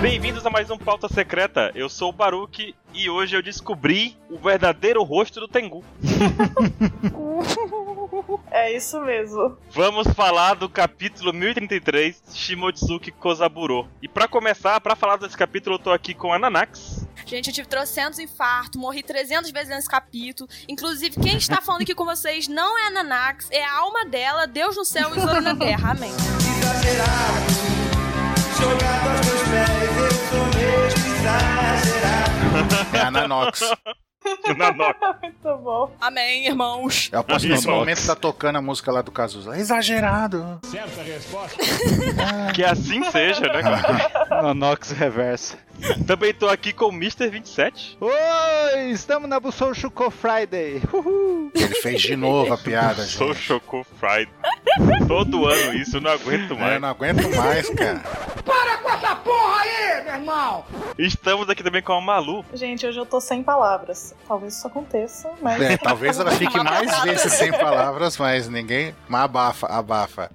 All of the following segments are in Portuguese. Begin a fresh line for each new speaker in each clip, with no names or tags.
Bem-vindos a mais um Pauta Secreta. Eu sou o Baruque e hoje eu descobri o verdadeiro rosto do Tengu.
É isso mesmo.
Vamos falar do capítulo 1033, Shimotsuki Kozaburo. E pra começar, pra falar desse capítulo, eu tô aqui com a Nanax.
Gente, eu tive trocentos infartos, morri 300 vezes nesse capítulo. Inclusive, quem está falando aqui com vocês não é a Nanax, é a alma dela, Deus no céu e Zoro na terra. Amém.
É a Nanox.
Nanox.
Muito Tá bom.
Amém, irmãos.
Eu aposto que nesse
Nanox.
momento tá tocando a música lá do Cazuza. É Exagerado.
Que assim seja, né, cara?
Nonox Reversa.
Também tô aqui com o Mr. 27.
Oi, estamos na Bussou Chuco Friday. Uh, Uhul.
Ele fez de novo a piada,
Sou
gente.
Choco Friday. Todo ano isso, eu não aguento
Eu
mais.
É, não aguento mais, cara.
Estamos aqui também com a Malu.
Gente, hoje eu tô sem palavras. Talvez isso aconteça, né? mas.
É, talvez ela fique mais vezes sem palavras, mas ninguém. Mas abafa, abafa,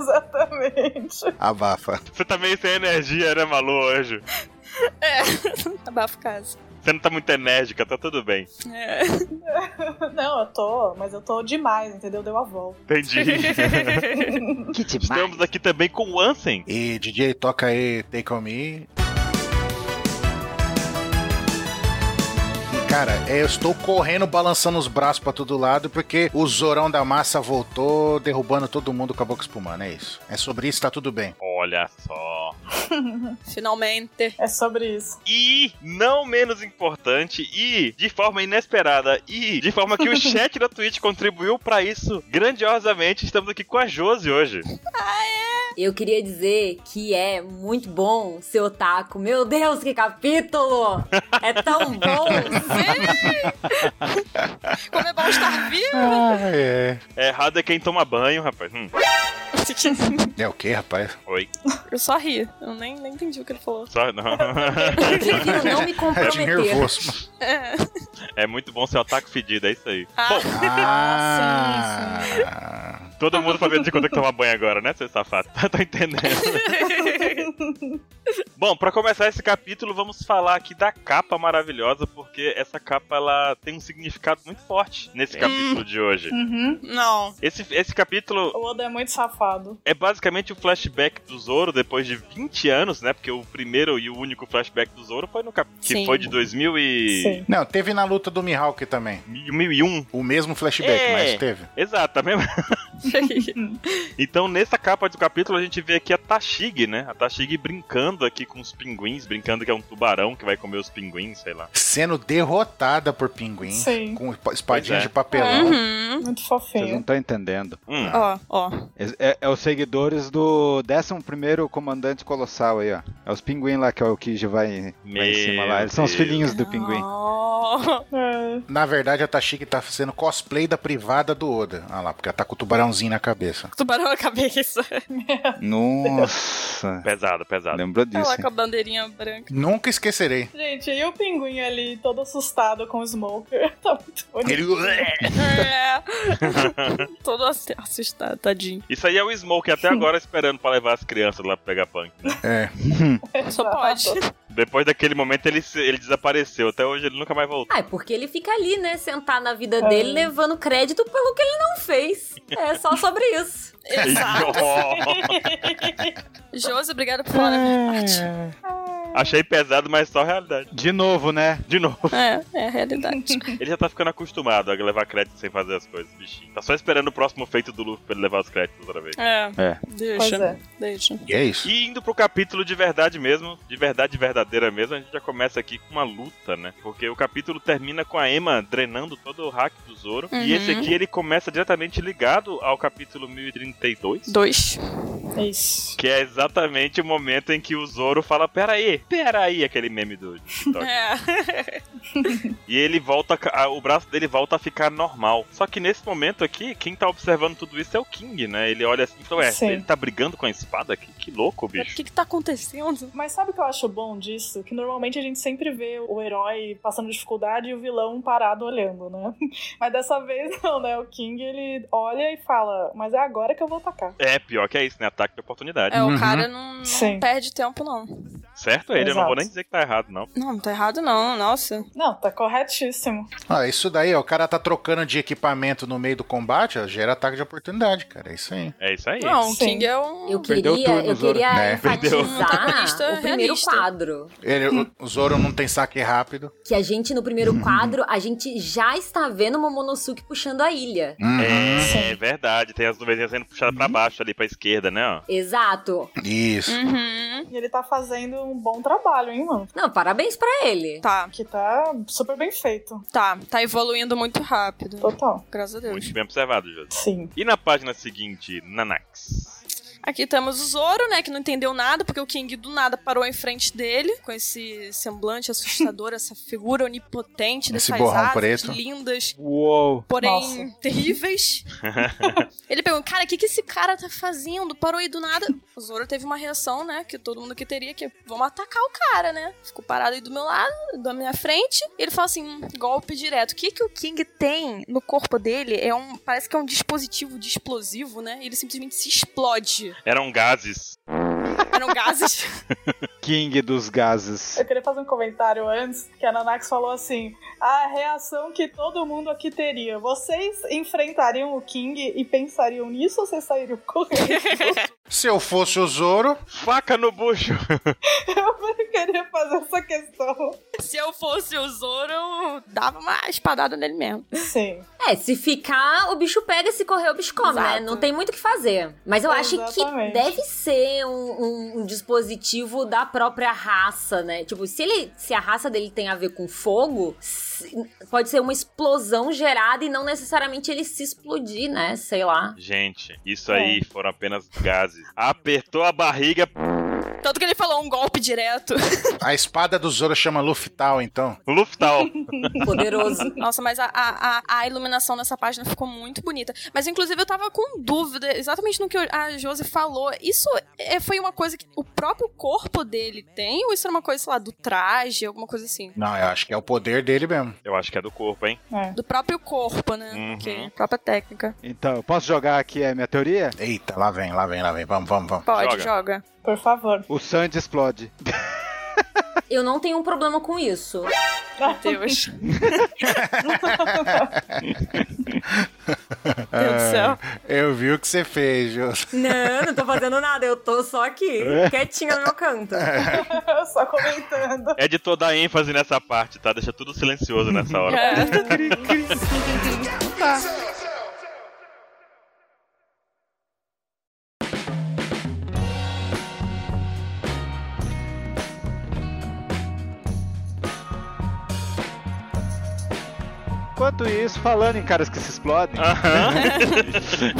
Exatamente.
abafa.
Você tá meio sem energia, né, Malu, hoje?
Abafa o caso.
Você não tá muito enérgica, tá tudo bem.
É.
Não, eu tô, mas eu tô demais, entendeu? Deu a volta.
Entendi.
Que demais.
Estamos aqui também com o Ansem.
E DJ, toca aí Take On Me. E, Cara, é, eu estou correndo, balançando os braços pra todo lado, porque o Zorão da Massa voltou, derrubando todo mundo com a boca espumando. É isso. É sobre isso, tá tudo bem.
Olha só.
Finalmente.
É sobre isso.
E, não menos importante, e de forma inesperada, e de forma que o chat da Twitch contribuiu pra isso grandiosamente, estamos aqui com a Josi hoje.
Eu queria dizer que é muito bom ser otaku. Meu Deus, que capítulo! É tão bom!
Como é bom estar vivo.
Ah, é.
É errado é quem toma banho, rapaz. Hum,
É o que, rapaz?
oi.
Eu só ri. Eu nem, nem entendi o que ele falou.
Só, não.
Eu prefiro não me
É de
comprometer.
nervoso.
É.
É muito bom ser ataque fedido, é isso aí.
Ah.
Bom,
Ah,
todo mundo sabendo de quando é que toma banho agora, né, seu safado? Tô entendendo. Bom, pra começar esse capítulo, vamos falar aqui da capa maravilhosa, porque essa capa ela tem um significado muito forte nesse capítulo de hoje.
Uhum.
Não.
Esse, esse capítulo
O Oda é muito safado.
é basicamente o flashback do Zoro depois de 20 anos, né? Porque o primeiro e o único flashback do Zoro foi no cap... que
Sim.
foi de 2000 e...
Sim.
Não, teve na luta do Mihawk também.
2001.
O mesmo flashback,
É.
mas teve.
Exato, tá mesmo? então, nessa capa do capítulo, a gente vê aqui a Tashig, né? A Tashig brincando aqui com os pinguins, brincando que é um tubarão que vai comer os pinguins, sei lá.
Sendo derrotada por Pinguim.
Sim.
Com espa- espadinha
Pois é.
de papelão.
Uhum.
Muito
Vocês não
fofinho.
estão entendendo.
Hum.
Ó, ó.
É, é- é os seguidores do 11 Comandante Colossal aí, ó. É os pinguim lá que é o Kiji vai lá
Meu
em cima lá. Eles são os
Deus.
filhinhos do pinguim.
Ó.
É.
Na verdade, a Tashiki tá fazendo cosplay da privada do Oda. Ah lá, porque ela tá com o tubarãozinho na cabeça.
Tubarão na cabeça.
Nossa.
Pesado, pesado.
Lembrou
Olha
disso.
lá Ah. com a bandeirinha branca.
Nunca esquecerei.
Gente, e o pinguim ali, todo assustado com o Smoker? Tá muito bonito.
Ele.
É. Todo assi- assustado, tadinho.
Isso aí é o Smoke até agora esperando pra levar as crianças lá pra pegar punk. né?
É.
Só pode.
Depois daquele momento ele, se- ele desapareceu. Até hoje ele nunca mais voltou.
Ah, é porque ele fica ali, né? Sentado na
É.
vida dele, levando crédito pelo que ele não fez. É só sobre isso.
Exato. Josi, obrigado por falar a verdade.
Achei pesado, mas só realidade.
De novo, né?
De novo.
É, é a realidade.
Ele já tá ficando acostumado a levar crédito sem fazer as coisas, bichinho. Tá só esperando o próximo feito do Luffy pra ele levar os créditos outra vez.
É.
É.
Pois
Deixa.
é.
Deixa.
E é isso.
E indo pro capítulo de verdade mesmo, de verdade verdadeira mesmo, a gente já começa aqui com uma luta, né? Porque o capítulo termina com a Emma drenando todo o hack do Zoro.
Uhum.
E esse aqui ele começa diretamente ligado ao capítulo 1032.
Dois.
É isso.
Que é exatamente o momento em que o Zoro fala: Peraí, peraí, aquele meme do TikTok.
É.
E ele volta, a ca- a- o braço dele volta a ficar normal. Só que nesse momento aqui, quem tá observando tudo isso é o King, né? Ele olha assim e fala, ué,
Sim.
ele tá brigando com a espada aqui? Que louco,
O
bicho.
que que tá acontecendo?
Mas sabe o que eu acho bom disso? Que normalmente a gente sempre vê o herói passando dificuldade e o vilão parado olhando, né? Mas dessa vez não, né? O King ele olha e fala: Mas é agora que eu vou atacar.
É, pior que é isso, né? A ataque de oportunidade.
É, o
Uhum.
cara não, não
Sim.
perde tempo, não.
Certo ele, eu não
Exato.
vou nem dizer que tá errado, não.
Não, não tá errado, não. Nossa.
Não, tá corretíssimo.
Ah, isso daí, ó, o cara tá trocando de equipamento no meio do combate, ó, gera ataque de oportunidade, cara. É isso aí.
É isso aí.
Não, o
Sim.
King é um.
Eu
Perdeu
queria,
tudo,
eu
Zoro.
queria
É,
perdeu.
enfatizar
Protagonista
o primeiro
realista.
quadro.
Ele, o- o Zoro não tem saque rápido.
Que a gente, no primeiro quadro, a gente já está vendo uma Momonosuke puxando a ilha.
Uhum.
É, é verdade, tem as nuvenzinhas sendo puxadas pra baixo ali, pra esquerda, né? ó.
Exato.
É. Isso.
Uhum.
E ele tá fazendo um bom trabalho, hein, mano?
Não, parabéns pra ele.
Tá,
Que tá super bem feito.
tá. Tá evoluindo muito rápido.
Total.
Graças a Deus.
Muito bem observado, Júlio.
Sim.
E na página seguinte, Nanax.
Aqui temos o Zoro, né, que não entendeu nada, porque o King do nada parou em frente dele, com esse semblante assustador, essa figura onipotente,
Esse
dessas
borrão
asas
preto.
lindas,
Uou!
porém
Nossa.
terríveis. Ele pergunta, cara, o que, que esse cara tá fazendo? Parou aí do nada. O Zoro teve uma reação, né, que todo mundo que teria, que vamos atacar o cara, né? Ficou parado aí do meu lado, da minha frente. Ele fala assim, "Hum, golpe direto. O que que o King tem no corpo dele? É um, parece que é um dispositivo de explosivo, né? Ele simplesmente se explode.
Eram gases.
Eram gases.
King dos gases.
Eu queria fazer um comentário antes, que a Nanax falou assim: a reação que todo mundo aqui teria. Vocês enfrentariam o King e pensariam nisso ou vocês sairiam correndo?
Se eu fosse o Zoro,
Faca no bucho.
Eu queria fazer essa questão.
Se eu fosse o Zoro, eu dava uma espadada nele mesmo.
Sim.
É, se ficar, o bicho pega, se correr, o bicho come, né?
Exato.
Não tem muito o que fazer. Mas eu acho que
Exatamente.
deve ser um, um- um dispositivo da própria raça, né? Tipo, se, ele, se a raça dele tem a ver com fogo, se- pode ser uma explosão gerada e não necessariamente ele se explodir, né? Sei lá.
Gente, isso aí
É.
foram apenas gases. Apertou a barriga.
Tanto que ele falou um golpe direto.
a espada do Zoro chama Luftal, então.
Luftal.
Poderoso.
Nossa, mas a, a, a- a iluminação nessa página ficou muito bonita. Mas inclusive eu tava com dúvida exatamente no que a Josi falou. Isso é, foi uma coisa que o próprio corpo dele tem? Ou isso era uma coisa, sei lá, do traje, alguma coisa assim?
Não, eu acho que é o poder dele mesmo.
Eu acho que é do corpo, hein?
É.
Do próprio corpo, né?
Uhum.
Que própria técnica.
Então, eu posso jogar aqui a minha teoria?
Eita, lá vem, lá vem, lá vem. Vamos, vamos, vamos.
Pode,
Joga.
joga.
Por favor.
O Sandy explode.
Eu não tenho um problema com isso.
Meu Deus. Deus do céu.
É, Eu vi o que você fez, Jô.
Não, não tô fazendo nada. Eu tô só aqui, quietinha no meu canto.
Só comentando.
É de toda a ênfase nessa parte, tá? Deixa tudo silencioso nessa hora.
É.
Enquanto isso, falando em caras que se explodem,
Aham.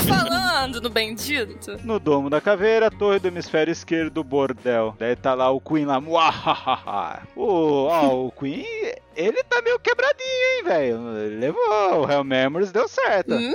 Falando no bendito.
no domo da caveira, torre do hemisfério esquerdo do bordel. Daí tá lá o Queen lá, muahahaha. O, ó, o Queen, ele tá meio quebradinho, hein, velho. Ele Levou, o Hell Memories deu certo.
Hum,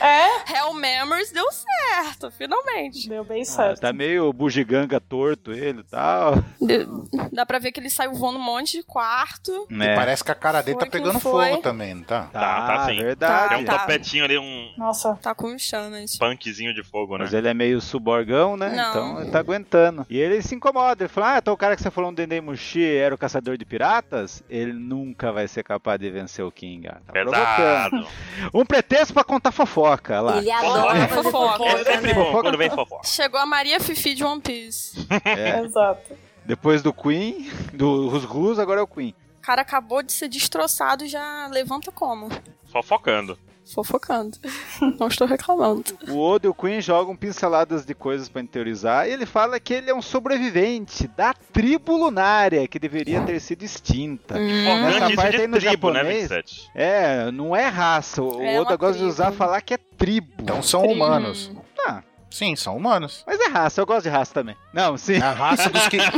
É?
Hell Memories deu certo, finalmente.
Deu bem
Ah,
certo.
tá meio bugiganga torto ele e tal.
De- Dá pra ver que ele saiu voando um monte de quarto.
E parece que a cara dele
Foi
tá
que
pegando
foi.
fogo também, não tá?
É, Tá,
Tá, tá sim.
verdade.
Tem um
Tá.
topetinho ali, um
Nossa.
Tá com chamas.
punkzinho de fogo, né?
Mas ele é meio suborgão, né?
Não.
Então ele tá aguentando. E ele se incomoda. Ele fala: Ah, então o cara que você falou no Dendê Mushi era o caçador de piratas? Ele nunca vai ser capaz de vencer o King. ah, Tá provocando.
Pesado.
Um pretexto pra contar fofoca lá.
é-
Ele adora fazer
Fofoca.
É
fofoca,
sempre
né?
bom quando vem fofoca.
Chegou a Maria Fifi de One Piece.
É.
Exato.
Depois do Queen, do Rusrus, agora é o Queen.
O cara acabou de ser destroçado e já levanta como?
Fofocando.
Fofocando. Não estou reclamando.
O Odo e o Queen jogam pinceladas de coisas pra teorizar. E ele fala que ele é um sobrevivente da tribo lunária que deveria ter sido
Tá
extinta.
Hum.
Nessa
Importante isso
parte aí no
de tribo, né,
japonês,
27?
É, não é raça. O
É
Oda
uma
gosta de
tribo.
usar falar que é tribo.
Então são humanos.
Ah,
Sim, são humanos.
mas é raça, eu gosto de raça também. Não, sim.
É a raça dos que, é a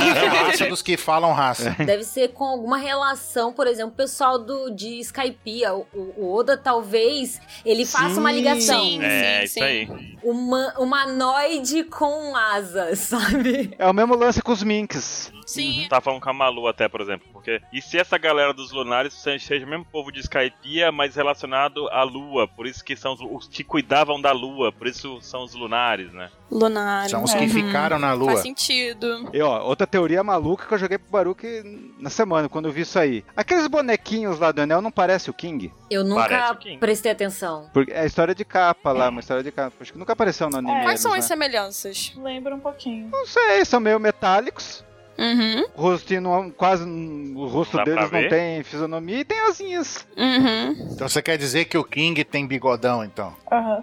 raça dos que falam raça.
Hum.
Deve ser com alguma relação, por exemplo, o pessoal do, de Skypiea. O, o Oda, talvez, ele faça uma
Sim.
ligação.
Sim.
É, isso
sim.
aí.
Uma, humanoide com asas, sabe?
É o mesmo lance com os minks.
Sim.
né?
Uhum. Tava falando com a Malu até, por exemplo. Porque e se essa galera dos lunares seja o mesmo povo de Skypiea, mas relacionado à lua? Por isso que são os, os que cuidavam da lua, por isso são os lunares, né?
Lunares.
Uhum. São os que ficaram na lua.
É, Faz sentido.
E ó, outra teoria maluca que eu joguei pro Baruque na semana, quando eu vi isso aí. Aqueles bonequinhos lá do Anel não parece o King?
Eu
Parece
nunca
o King.
prestei atenção.
Porque é história de capa lá, uma história de capa. Acho que nunca apareceu no anime.
É.
eles,
Quais são
né?
as semelhanças?
Lembra um pouquinho.
Não sei, são meio metálicos.
Uhum.
O rostinho não, é um- quase. não- O rosto
Dá pra
deles não
ver?
tem fisionomia e tem asinhas.
Uhum.
Então você quer dizer que o King tem bigodão, então?
Aham.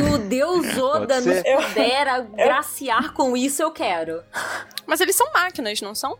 o Deus Oda
Pode
nos
ser.
Eu-
puder agraciar com isso, eu quero.
Mas eles são máquinas, não são?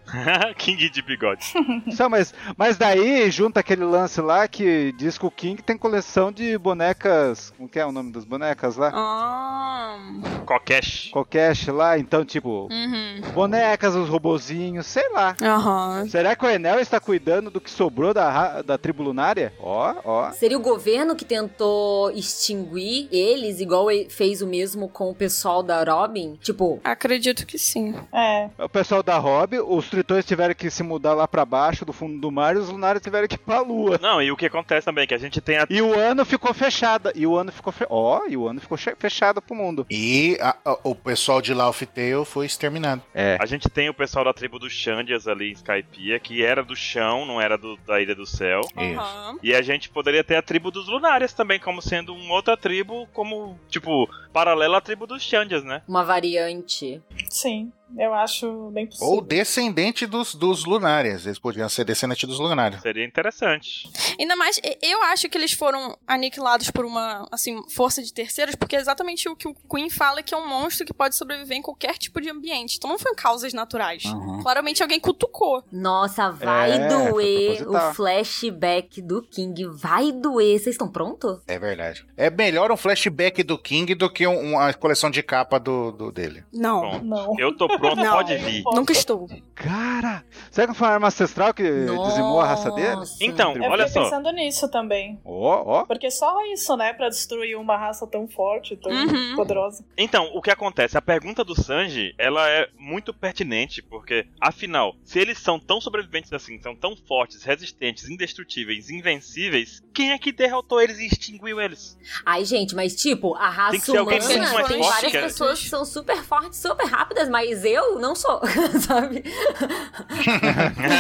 King de bigode.
Só, mas, mas daí junta aquele lance lá que diz que o King tem coleção de bonecas. Como que é o nome das bonecas
Tá.
lá?
Ah.
Kokesh.
Kokesh lá, então, tipo,
Uhum.
bonecas, os robozinhos, sei lá.
Aham.
Será que o Enel está cuidando do que sobrou da, ra- da tribo lunária? Ó, ó.
Seria o governo que tentou extinguir eles, igual e- fez o mesmo com o pessoal da Robin? Tipo,
Acredito que sim.
É.
O pessoal da Hobby, os tritões tiveram que se mudar lá pra baixo do fundo do mar e os lunares tiveram que ir pra lua.
Não, e o que acontece também é que a gente tem a
E o ano ficou fechada. E o ano ficou fe... Ó, e o ano ficou che- fechado pro mundo.
E a- a- o pessoal de Laugh Tale foi exterminado.
É.
A gente tem o pessoal da tribo dos Xandias ali em Skypiea, que era do chão, não era do- da Ilha do Céu.
Aham.
E a gente poderia ter a tribo dos Lunares também, como sendo uma outra tribo, como, tipo, paralela à tribo dos Xandias, né?
uma variante.
Sim. Eu acho bem possível.
Ou descendente dos, dos lunares. Eles podiam ser descendente dos lunares.
Seria interessante.
Ainda mais, e- eu acho que eles foram aniquilados por uma, assim, força de terceiros, porque é exatamente o que o Queen fala que é um monstro que pode sobreviver em qualquer tipo de ambiente. Então não foram causas naturais. Claramente alguém cutucou.
Nossa, vai
É, foi
doer
proposital.
o flashback do King. Vai doer. Vocês estão prontos?
É verdade. É melhor um flashback do King do que um- uma coleção de capa do, do dele.
Não.
Bom,
Não.
eu tô pronto,
Não.
pode vir.
Nunca estou.
Cara, será que foi uma arma ancestral que dizimou a raça dele?
Nossa.
Então,
Eu
Eu
olha
fiquei
só.
pensando nisso também.
Ó, ó.
Porque só isso, né, pra destruir uma raça tão forte, tão
Uhum.
poderosa.
Então, o que acontece? A pergunta do Sanji, ela é muito pertinente, porque, afinal, se eles são tão sobreviventes assim, são tão fortes, resistentes, indestrutíveis, invencíveis, quem é que derrotou eles e extinguiu eles?
Ai, gente, mas tipo, a raça
Tem que ser alguém
humana
muito mais
tem
forte
várias
que a
pessoas
gente.
que são super fortes, super rápidas, mas eu não sou, sabe?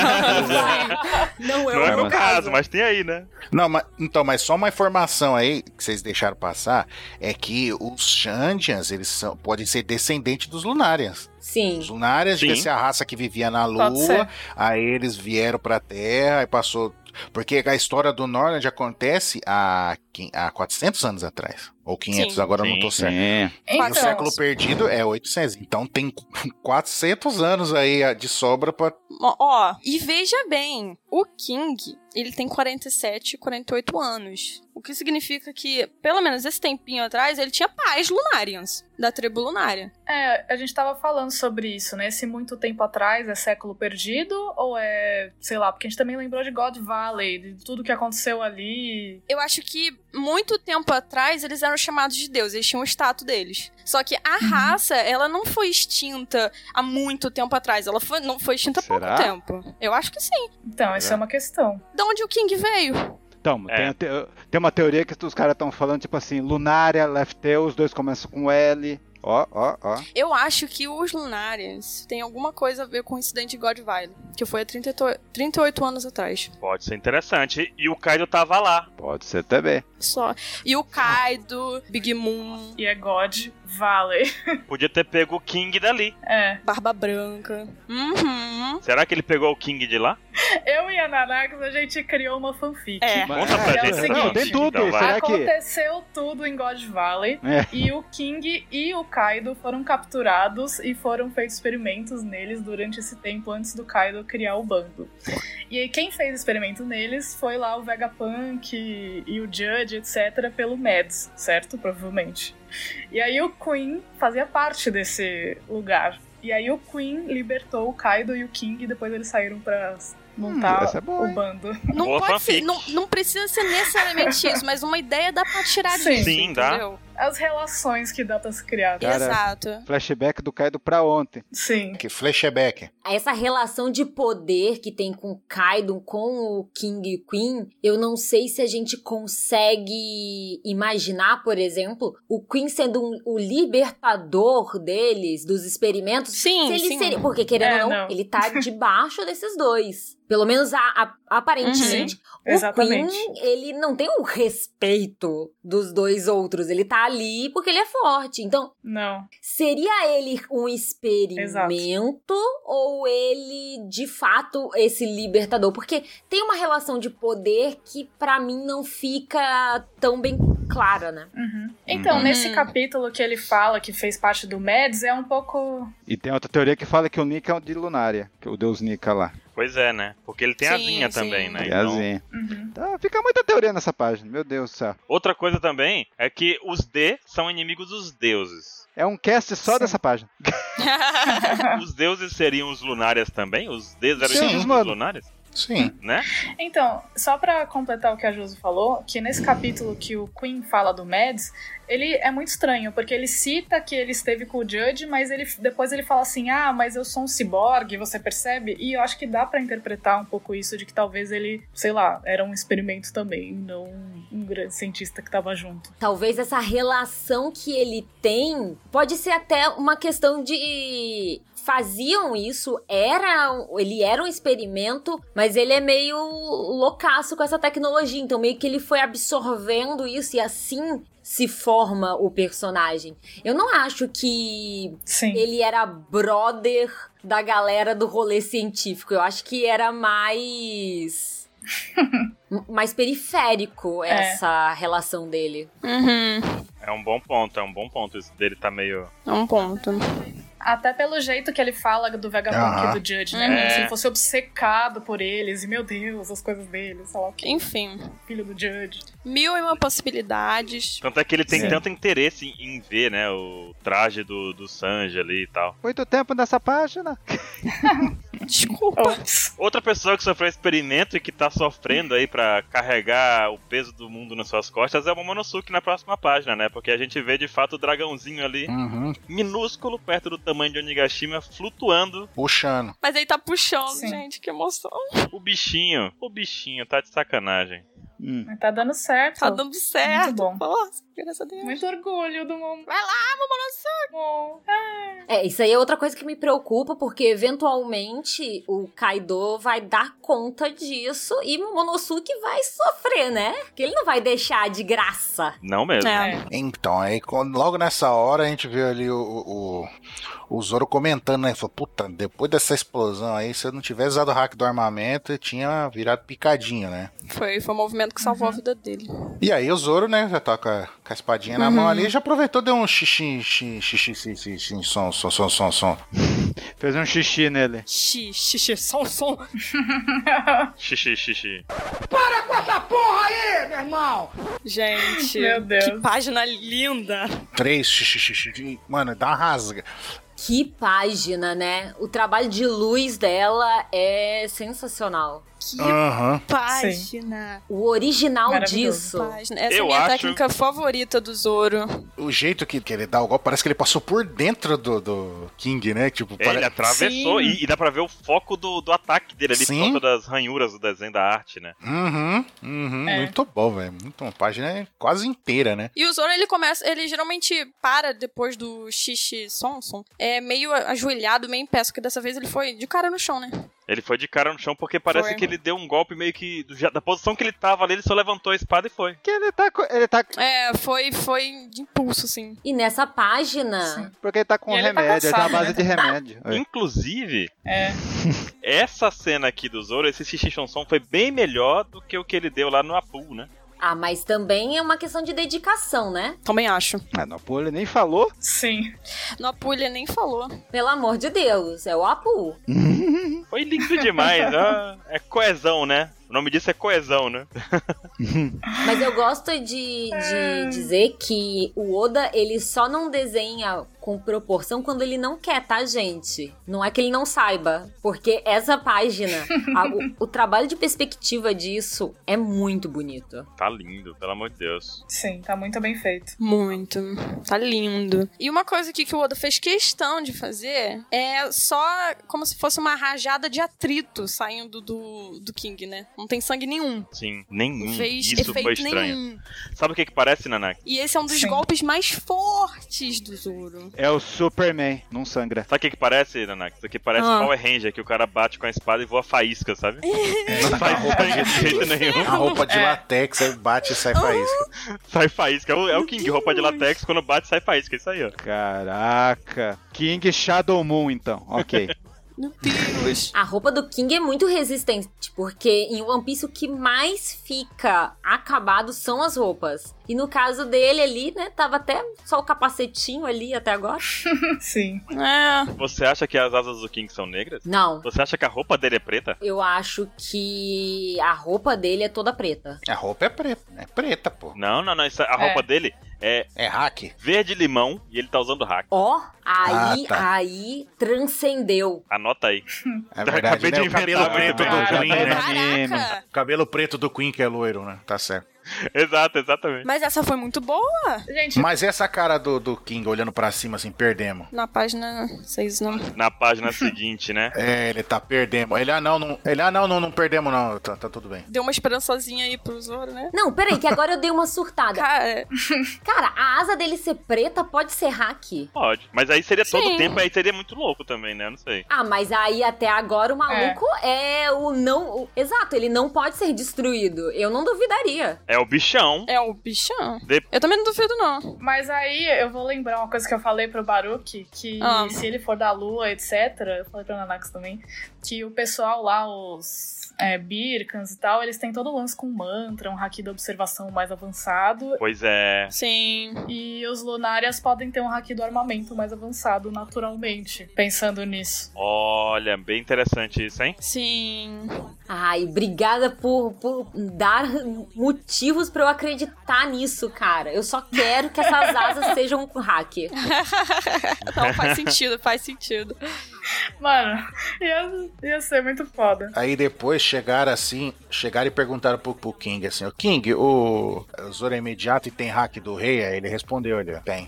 Não é
Não
o
é
meu
meu caso, mas tem aí, né?
Não, mas, então, mas só uma informação aí que vocês deixaram passar é que os Xandians, eles são, podem ser descendentes dos lunares.
Sim.
Os lunares
Sim.
devia ser a raça que vivia na
Pode ser.
lua, aí eles vieram pra terra e passou. Porque a história do Norland acontece há, quin- há 400 anos atrás. Ou 500,
Sim.
agora eu não tô certo. E o
Então,
século perdido é 800. Então tem 400 anos aí de sobra pra.
Ó, ó, e veja bem, o King, ele tem 47, 48 anos. O que significa que, pelo menos esse tempinho atrás, ele tinha pais Lunarians, da tribo Lunária.
É, a gente tava falando sobre isso, né? Se muito tempo atrás é século perdido, ou é, sei lá, porque a gente também lembrou de God Valley, de tudo que aconteceu ali.
Eu acho que muito tempo atrás eles eram chamados de deuses, eles tinham o status deles. Só que a
Uhum.
raça, ela não foi extinta há muito tempo atrás, ela foi, não foi extinta há pouco
Será?
tempo. Eu acho que sim.
Então, essa é uma questão.
De onde o King veio?
Então,
É.
tem, a te- tem uma teoria que os caras estão falando, tipo assim, Lunária, Leftel, os dois começam com L. Ó, ó, ó.
Eu acho que os Lunarians têm alguma coisa a ver com o incidente de Godvile, que foi há 38, 38 anos atrás.
Pode ser interessante. E o Kaido tava lá.
Pode ser também.
Só. E o Kaido, Big Moon,
E é God Valley.
Podia ter pego o King dali.
É.
Barba Branca. Uhum.
Será que ele pegou o King de lá?
Eu e a Nanax, a gente criou uma fanfic.
É.
Conta pra
É o
gente.
seguinte. Ah,
Não, tem tudo.
Então vai.
será que...
Aconteceu tudo em God Valley.
É.
E o King e o Kaido foram capturados e foram feitos experimentos neles durante esse tempo antes do Kaido criar o bando. E aí, quem fez experimento neles foi lá o Vegapunk e o Judge, etc., pelo Mads, certo? Provavelmente. E aí, o Queen fazia parte desse lugar. E aí, o Queen libertou o Kaido e o King e depois eles saíram pra montar
essa é boa,
tá. o
hein?
bando.
Não,
Boa
pode ser-
fanfic.
não, não precisa ser necessariamente isso, mas uma ideia dá pra tirar
Sim.
disso.
Sim, dá.
entendeu?
as relações que dá pra se criar.
Cara.
Exato.
Flashback do Kaido pra ontem.
Sim.
Que flashback.
Essa relação de poder que tem com o Kaido, com o King e Queen, eu não sei se a gente consegue imaginar, por exemplo, o Queen sendo um- o libertador deles, dos experimentos.
Sim,
se ele
sim.
seria- porque, querendo
É,
ou não,
não.
ele tá debaixo desses dois. Pelo menos a- a- aparentemente. O
Uhum. Exatamente.
Queen, ele não tem o respeito dos dois outros. Ele tá ali porque ele é forte. Então,
Não.
Seria ele um experimento ou ele de fato esse libertador? Porque tem uma relação de poder que pra mim não fica tão bem clara, né?
Uhum. Então,
Uhum.
nesse capítulo que ele fala, que fez parte do Mads, é um pouco.
E tem outra teoria que fala que o Nika é o de Lunária, que é o deus Nika lá.
Pois é, né? Porque ele tem
Sim,
asinha
sim.
também, né?
É
Então-
assim.
Uhum.
Tá, fica muita teoria nessa página, meu Deus do céu.
Outra coisa também é que os D são inimigos dos deuses.
É um cast só
Sim.
dessa página.
Os deuses seriam os lunárias também? Os Ds eram
Sim,
inimigos dos
mano.
lunárias?
Sim.
Né?
Então, só pra completar o que a Josi falou, que nesse capítulo que o Queen fala do Mads, ele é muito estranho, porque ele cita que ele esteve com o Judge, mas ele depois ele fala assim: "Ah, mas eu sou um ciborgue", você percebe? E eu acho que dá pra interpretar um pouco isso de que talvez ele, sei lá, era um experimento também, não um grande cientista que tava junto.
Talvez essa relação que ele tem pode ser até uma questão de faziam isso, era um- ele era um experimento, mas ele é meio loucaço com essa tecnologia, então meio que ele foi absorvendo isso e assim se forma o personagem. Eu não acho que
Sim.
ele era brother da galera do rolê científico. Eu acho que era mais mais periférico essa relação dele.
uhum.
É um bom ponto, é um bom ponto. Isso dele tá meio.
É um ponto.
Até pelo jeito que ele fala do Vegapunk
Aham.
e do Judge, né?
Uhum.
Como se ele fosse obcecado por eles, e meu Deus, as coisas dele, sei lá, o que
Enfim,
filho do Judge.
mil e uma possibilidades.
Tanto é que ele tem
Sim.
tanto interesse em, em ver, né? O traje do, do Sanji ali e tal.
Muito tempo nessa página.
Desculpa.
Ops.
Outra pessoa que sofreu experimento e que tá sofrendo aí pra carregar o peso do mundo nas suas costas é o Momonosuke na próxima página, né? Porque a gente vê de fato o dragãozinho ali,
Uhum.
minúsculo, perto do tamanho de Onigashima, flutuando.
Puxando.
Mas ele tá puxando,
Sim.
gente, que emoção.
O bichinho, o bichinho, tá de sacanagem.
Hum.
Mas Tá dando certo.
Tá dando certo.
Muito bom.
Nossa, graças a Deus.
Muito orgulho do mundo.
Vai
lá, Momonosuke!
É, isso aí é outra coisa que me preocupa, porque eventualmente o Kaido vai dar conta disso e o Momonosuke vai sofrer, né? Porque ele não vai deixar de graça.
Não mesmo.
É.
Então, aí quando- logo nessa hora a gente viu ali o, o, o Zoro comentando, né? Ele falou, puta, depois dessa explosão aí, se eu não tivesse usado o hack do armamento, eu tinha virado picadinho, né?
Foi, foi o movimento que
Uhum.
salvou a vida dele.
E aí o Zoro, né, já tá com a, com a espadinha na mão ali, já aproveitou, deu um xixi, xixi, xixi, xixi, xixi, som, som, som, som, som.
Fez um xixi nele.
Xixi, xixi, som, som.
Xixi, xixi.
Gente,
Meu Deus.
que página linda.
Três xixi, xixi, xixi. Mano, dá uma rasga.
Que página, né? O trabalho de luz dela é sensacional.
Que
Aham.
página.
O original
Maravilhoso.
disso.
página. Essa é
Eu
a minha
acho-
técnica favorita do Zoro.
O jeito que, que ele dá o golpe, parece que ele passou por dentro do, do King, né? Tipo,
É, Ele
pare...
atravessou
Sim.
e, e dá pra ver o foco do, do ataque dele ali
Sim.
por conta das ranhuras do desenho da arte, né?
Uhum, uhum.
É.
Muito bom, velho. Muito uma página quase inteira, né?
E o Zoro, ele começa, ele geralmente para depois do xixi Sonson. É meio ajoelhado, meio em pé, só que dessa vez ele foi de cara no chão, né?
Ele foi de cara no chão porque parece
Foi.
que ele deu um golpe meio que do- já- da posição que ele tava ali, ele só levantou a espada e foi.
Que ele tá com. Ele tá.
É, foi, foi de impulso, assim.
E nessa página,
Porque ele tá com
E ele tá
remédio, ele tá à
cansado,
base
né?
de remédio. Oi.
Inclusive,
É.
essa cena aqui do Zoro, esse xixi Shonson foi bem melhor do que o que ele deu lá no Apu, né?
ah, mas também é uma questão de dedicação, né?
Também acho.
Ah, não, pô, ele nem falou.
Sim.
No Apu, ele nem falou.
Pelo amor de Deus, é o Apu.
Foi lindo demais, ó. É coesão, né? O nome disso é coesão, né?
Mas eu gosto de, de dizer que o Oda, ele só não desenha com proporção quando ele não quer, tá, gente? Não é que ele não saiba, porque essa página, a- o, o trabalho de perspectiva disso é muito bonito.
Tá lindo, pelo amor de Deus.
Sim, tá muito bem feito.
Muito. Tá lindo. E uma coisa aqui que o Oda fez questão de fazer é só como se fosse uma rajada de atrito saindo do, do King, né? Não tem sangue nenhum.
Sim, nenhum.
Não fez
Hum, Isso
efeito
foi estranho.
nenhum.
Sabe o que que parece, Naná?
E esse é um dos
Sim.
golpes mais fortes do Zoro.
É o Superman, não sangra.
Sabe o que que parece, Naná? Isso aqui parece
Ah.
Power Ranger, que o cara bate com a espada e voa faísca, sabe? Não
a,
faz
roupa
sangue
de,
de jeito nenhum.
a roupa de
É. Uh.
latex, aí bate e sai faísca.
Sai faísca. É o, é o King, roupa de
Deus.
latex, quando bate, sai faísca. É isso aí, ó.
Caraca. King Shadow Moon, então. Ok.
Meu Deus.
A roupa do King é muito resistente, porque em One Piece o que mais fica acabado são as roupas. E no caso dele ali, né, tava até só o capacetinho ali até agora.
Sim.
É.
Você acha que as asas do King são negras?
Não,
Você acha que a roupa dele é preta?
eu acho que a roupa dele é toda preta.
A roupa é preta, é preta, pô.
Não, não, não. isso- a
É.
roupa dele é
É hack.
verde-limão e ele tá usando hack.
Ó, aí,
Ah, tá.
aí transcendeu.
Anota aí.
É verdade,
acabei
né?
de
O cabelo
inventar
preto
muito
do
bem, né?
Queen, né?
Caraca!
O cabelo preto do Queen que é loiro, né? Tá certo.
Exato, exatamente.
Mas essa foi muito boa
Gente,
Mas essa cara do, do King olhando pra cima assim, perdemos.
na página 6, não.
Na página seguinte, né?
É, ele tá perdemos. Ele, ah, não, não, ele, ah, não, não, não perdemos, não. Tá, tá tudo bem.
Deu uma esperançazinha aí pro Zoro, né?
Não, peraí, que agora eu dei uma surtada.
Cara,
Cara, a asa dele ser preta pode ser hack.
Pode. Mas aí seria todo
Sim.
o tempo, aí seria muito louco também, né? Eu não sei.
Ah, mas aí até agora o maluco é, o não. o- exato, ele não pode ser destruído. Eu não duvidaria.
É o bichão.
é o bichão.
De-
Eu também não duvido, não.
mas aí eu vou lembrar uma coisa que eu falei pro Baruque, que
Ah.
se ele for da lua, etc., eu falei pra Nanax também, que o pessoal lá, os é, Birkans e tal, eles têm todo o lance com mantra, um haki da observação mais avançado,
Pois é.
Sim.
e os Lunárias podem ter um haki do armamento mais avançado naturalmente, pensando nisso.
Olha, bem interessante isso, hein?
Sim.
Ai, obrigada por, por dar motivos pra eu acreditar nisso, cara. Eu só quero que essas asas sejam com hack.
Não, faz sentido, faz sentido.
Mano, ia, ia ser muito foda.
Aí depois chegaram assim, chegaram e perguntaram pro, pro King assim, o King, o, o Zoro é imediato e tem hack do rei? Aí ele respondeu ali, ó, tem.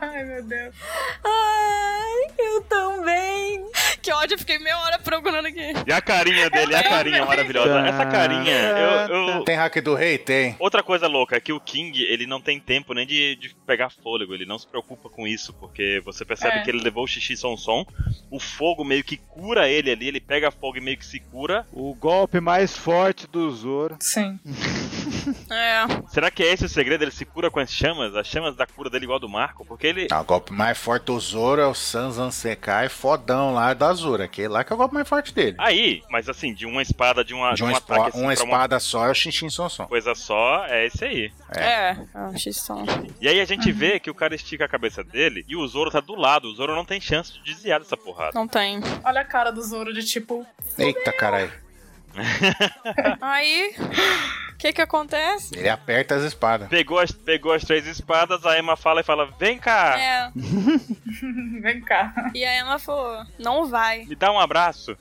Ai, meu Deus.
Ai, eu também.
Que ódio, eu fiquei meia hora procurando aqui.
E a carinha dele, a carinha maravilhosa. Essa carinha, eu- eu,
Tem hack do rei? Tem.
Outra coisa louca é que o King, ele não tem tempo nem de, de pegar fôlego, ele não se preocupa com isso, porque você percebe
É.
que ele levou o xixi som som, o fogo meio que cura ele ali, ele pega fogo e meio que se cura.
O golpe mais forte do Zoro.
Sim.
É.
Será que é esse o segredo? Ele se cura com as chamas? As chamas da cura dele igual a do Marco? Porque ele.
Ah, o golpe mais forte do Zoro é o Sansan Sekai, fodão lá da Azura, que lá que é o golpe mais forte dele.
Aí, mas assim, de uma espada, de, uma,
De
de um
uma, espa-
ataque assim,
uma
pra uma
espada só é o Shinshin Sonson.
coisa só, é esse aí.
É. Ah, achei só.
E aí a gente vê que o cara estica a cabeça dele e o Zoro tá do lado, o Zoro não tem chance de desviar dessa porrada.
Não tem.
Olha a cara do Zoro de tipo,
Eita, caralho.
Aí, o que que acontece?
Ele aperta as espadas.
Pegou as, pegou as três espadas, a Emma fala e fala: Vem cá,
É.
vem cá.
E a Emma falou, não vai.
me dá um abraço.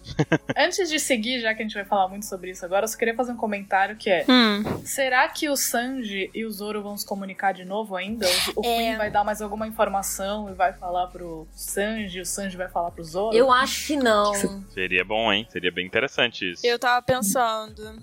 Antes de seguir, já que a gente vai falar muito sobre isso agora, eu só queria fazer um comentário que é:
Hum.
será que o Sanji e o Zoro vão se comunicar de novo ainda? O, o
É.
Queen vai dar mais alguma informação e vai falar pro Sanji, o Sanji vai falar pro Zoro?
Eu acho que não.
Seria bom, hein? Seria bem interessante isso.
Eu tava pensando.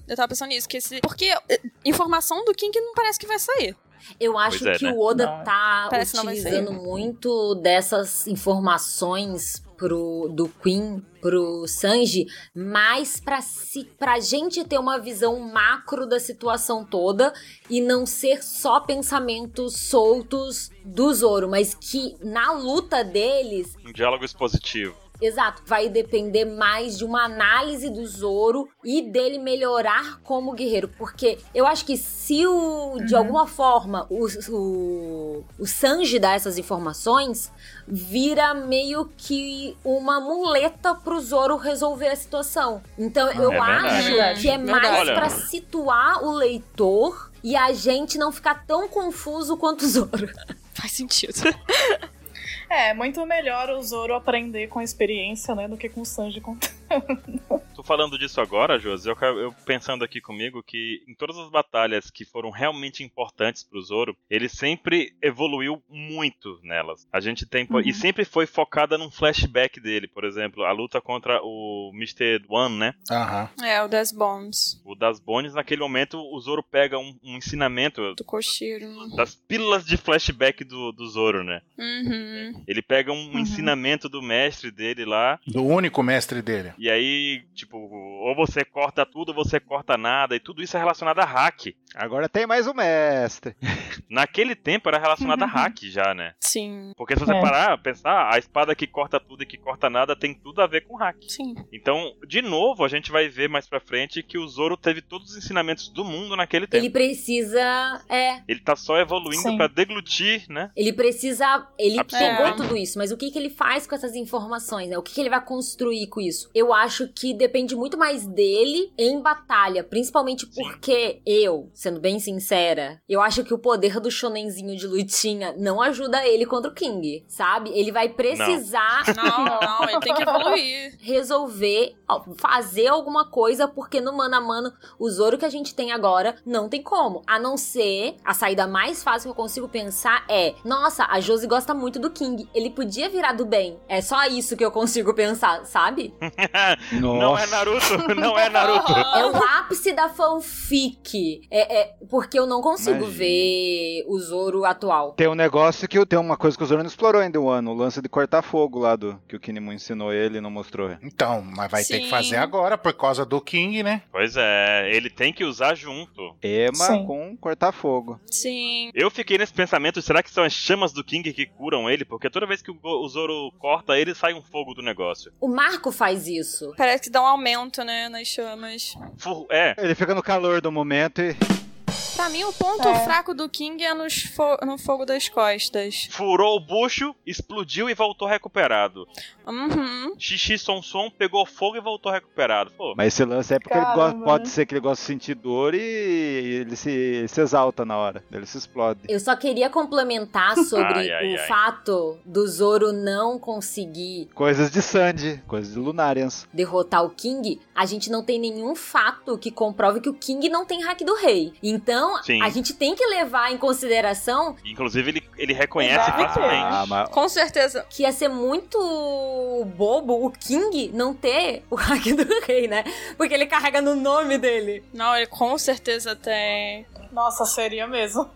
Eu tava pensando nisso. Que esse... Porque eh, informação do King não parece que vai sair.
Eu acho
Pois é,
que
né?
o Oda
Não, é.
tá
Parece que não vai
utilizando muito dessas informações pro, do Queen pro Sanji, mas pra, si, pra gente ter uma visão macro da situação toda e não ser só pensamentos soltos do Zoro, mas que na luta deles
Um diálogo expositivo.
Exato, vai depender mais de uma análise do Zoro e dele melhorar como guerreiro. Porque eu acho que se o, de alguma forma o, o, o Sanji dá essas informações, vira meio que uma muleta pro Zoro resolver a situação. Então eu
verdade.
acho
Verdade.
que é mais
Olha-
pra situar o leitor e a gente não ficar tão confuso quanto o Zoro.
Faz sentido.
É, muito melhor o Zoro aprender com a experiência, né, do que com o Sanji contando.
Tô falando disso agora, Josi, eu, eu pensando aqui comigo que em todas as batalhas que foram realmente importantes pro Zoro, ele sempre evoluiu muito nelas. A gente tem.
Uhum.
E sempre foi focada num flashback dele, por exemplo, a luta contra o Mr. One, né?
Aham.
É, o das Bones.
O das Bones, naquele momento, o Zoro pega um, um ensinamento
Do Koshiro.
das pílulas de flashback do, do Zoro, né?
Uhum.
Ele pega um ensinamento do mestre dele lá,
Do único mestre dele.
e aí, tipo, ou você corta tudo, ou você corta nada, e tudo isso é relacionado a hack.
Agora tem mais um mestre.
Naquele tempo era relacionado a hack já, né?
Sim,
Porque se você
É.
parar, pensar, a espada que corta tudo e que corta nada tem tudo a ver com hack.
sim.
Então, de novo, a gente vai ver mais pra frente que o Zoro teve todos os ensinamentos do mundo naquele tempo.
Ele precisa. É.
Ele tá só evoluindo
Sim.
pra deglutir, né?
Ele precisa. Ele
Absorver.
pegou tudo isso, mas o que, que ele faz com essas informações? Né? O que, que ele vai construir com isso? Eu acho que depende muito mais dele em batalha, principalmente porque eu, sendo bem sincera, eu acho que o poder do shonenzinho de lutinha não ajuda ele contra o King, sabe? Ele vai precisar
Não, não, ele tem que evoluir.
resolver ó, fazer alguma coisa, porque no mano a mano, o Zoro que a gente tem agora, não tem como. A não ser, a saída mais fácil que eu consigo pensar é: nossa, a Josi gosta muito do King, ele podia virar do bem. É só isso que eu consigo pensar, sabe?
Não é Naruto, não é Naruto.
É o ápice da fanfic. É, é- porque eu não consigo
Imagina.
ver o Zoro atual.
Tem um negócio que eu- tem uma coisa que o Zoro não explorou ainda um ano, o lance de cortar fogo lá do que o Kinemon ensinou ele e não mostrou.
Então, mas vai ter que
Sim.
fazer agora por causa do King, né?
Pois é, ele tem que usar junto.
Ema
Sim.
com cortar fogo.
Sim.
Eu fiquei nesse pensamento, será que são as chamas do King que curam ele? Porque toda vez que o Go- o Zoro corta ele, sai um fogo do negócio.
O Marco faz isso.
Parece que dá um aumento, né, nas chamas.
Fu- É,
Ele fica no calor do momento e
Pra mim, o ponto
É.
fraco do King é nos fo- no fogo das costas.
furou o bucho, explodiu e voltou recuperado.
Uhum.
Xixi Som Som pegou fogo e voltou recuperado. Pô,
Mas esse lance é porque ele
Caramba,
gosta- pode
né?
ser que ele gosta de sentir dor e ele se, se exalta na hora. Ele se explode.
Eu só queria complementar sobre
Ai, ai,
o
ai.
fato do Zoro não conseguir
Coisas de Sandy, coisas de Lunarians.
derrotar o King, a gente não tem nenhum fato que comprove que o King não tem hack do rei. Então,
Sim.
a gente tem que levar em consideração
inclusive ele, ele reconhece
Deve ter,
facilmente.
Ah, mas
Com certeza.
que ia ser muito bobo o King não ter o hack do rei, né? Porque ele carrega no nome dele.
Não, ele com certeza tem.
Nossa, seria mesmo.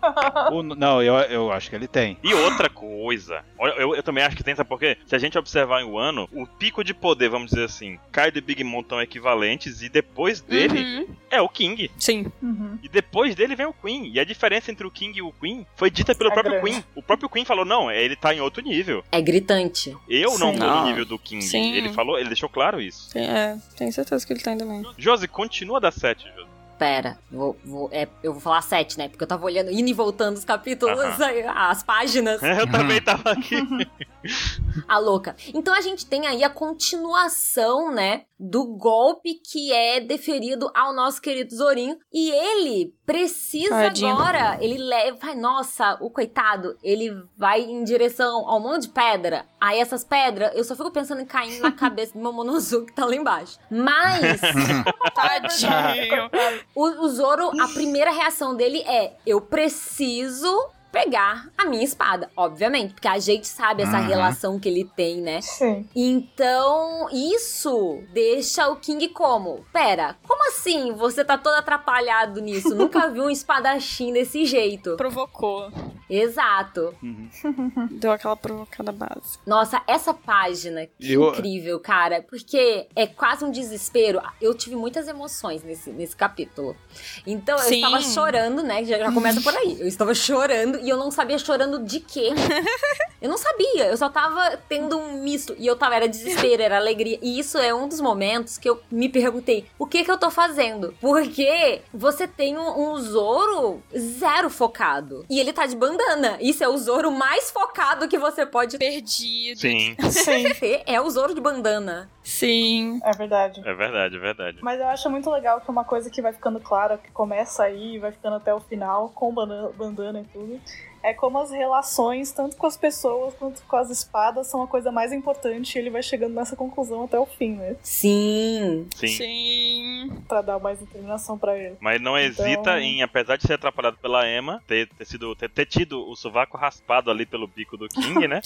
o- não, eu, eu acho que ele tem.
E outra coisa, olha, eu, eu também acho que tem, sabe por quê? Se a gente observar em um ano, o pico de poder, vamos dizer assim, Kaido e Big Mom estão equivalentes e depois dele
Uhum.
é o King.
Sim.
Uhum.
E depois dele vem o Queen. E a diferença entre o King e o Queen foi dita pelo
É
próprio
grande.
Queen. O próprio Queen falou: não, ele tá em outro nível.
É gritante.
Eu não
Sim.
tô
Não.
no nível do King.
Sim.
Ele falou, ele deixou claro isso.
Tem- É, tenho certeza que ele tem também.
Josi, continua da 7, Josi.
Pera, vou, vou- é, eu vou falar sete, né? Porque eu tava olhando, indo e voltando os capítulos,
Aham.
aí, as páginas.
Eu também tava aqui.
A louca. Então a gente tem aí a continuação, né, do golpe que é deferido ao nosso querido Zorinho. E ele precisa
Tadinho.
agora, ele leva. Ai, nossa, o coitado, ele vai em direção ao monte de pedra. Aí essas pedras, eu só fico pensando em cair na cabeça do Momonosuke que tá lá embaixo. Mas.
Tadinho.
O, o Zoro, a primeira reação dele é: eu preciso pegar a minha espada, obviamente, porque a gente sabe essa
Uhum.
relação que ele tem, né?
Sim.
Então, isso deixa o King como? Pera, como assim você tá todo atrapalhado nisso? Nunca vi um espadachim desse jeito.
Provocou.
Exato.
Hum.
Deu aquela provocada base.
Nossa, essa página, que
Eu-
incrível, cara. Porque é quase um desespero. Eu tive muitas emoções nesse, nesse capítulo. Então, eu
Sim.
estava chorando, né? Já, já começa por aí. Eu estava chorando e eu não sabia chorando de quê. Eu não sabia, eu só tava tendo um misto. E eu tava, era desespero, era alegria. E isso é um dos momentos que eu me perguntei: o que que eu tô fazendo? Porque você tem um, um Zoro zero focado. E ele tá de bandana. Isso é o Zoro mais focado que você pode
Perdido.
Sim,
Sim,
ter. É o Zoro de bandana.
Sim.
é verdade.
é verdade, é verdade.
Mas eu acho muito legal que uma coisa que vai ficando clara, que começa aí, vai ficando até o final, com bana- bandana e tudo, é como as relações, tanto com as pessoas quanto com as espadas, são a coisa mais importante. E ele vai chegando nessa conclusão até o fim, né?
Sim.
Sim.
Sim.
Pra dar mais determinação pra ele.
Mas não
Então-
hesita em, apesar de ser atrapalhado pela Emma, ter, ter sido, ter, ter tido o sovaco raspado ali pelo bico do King, né?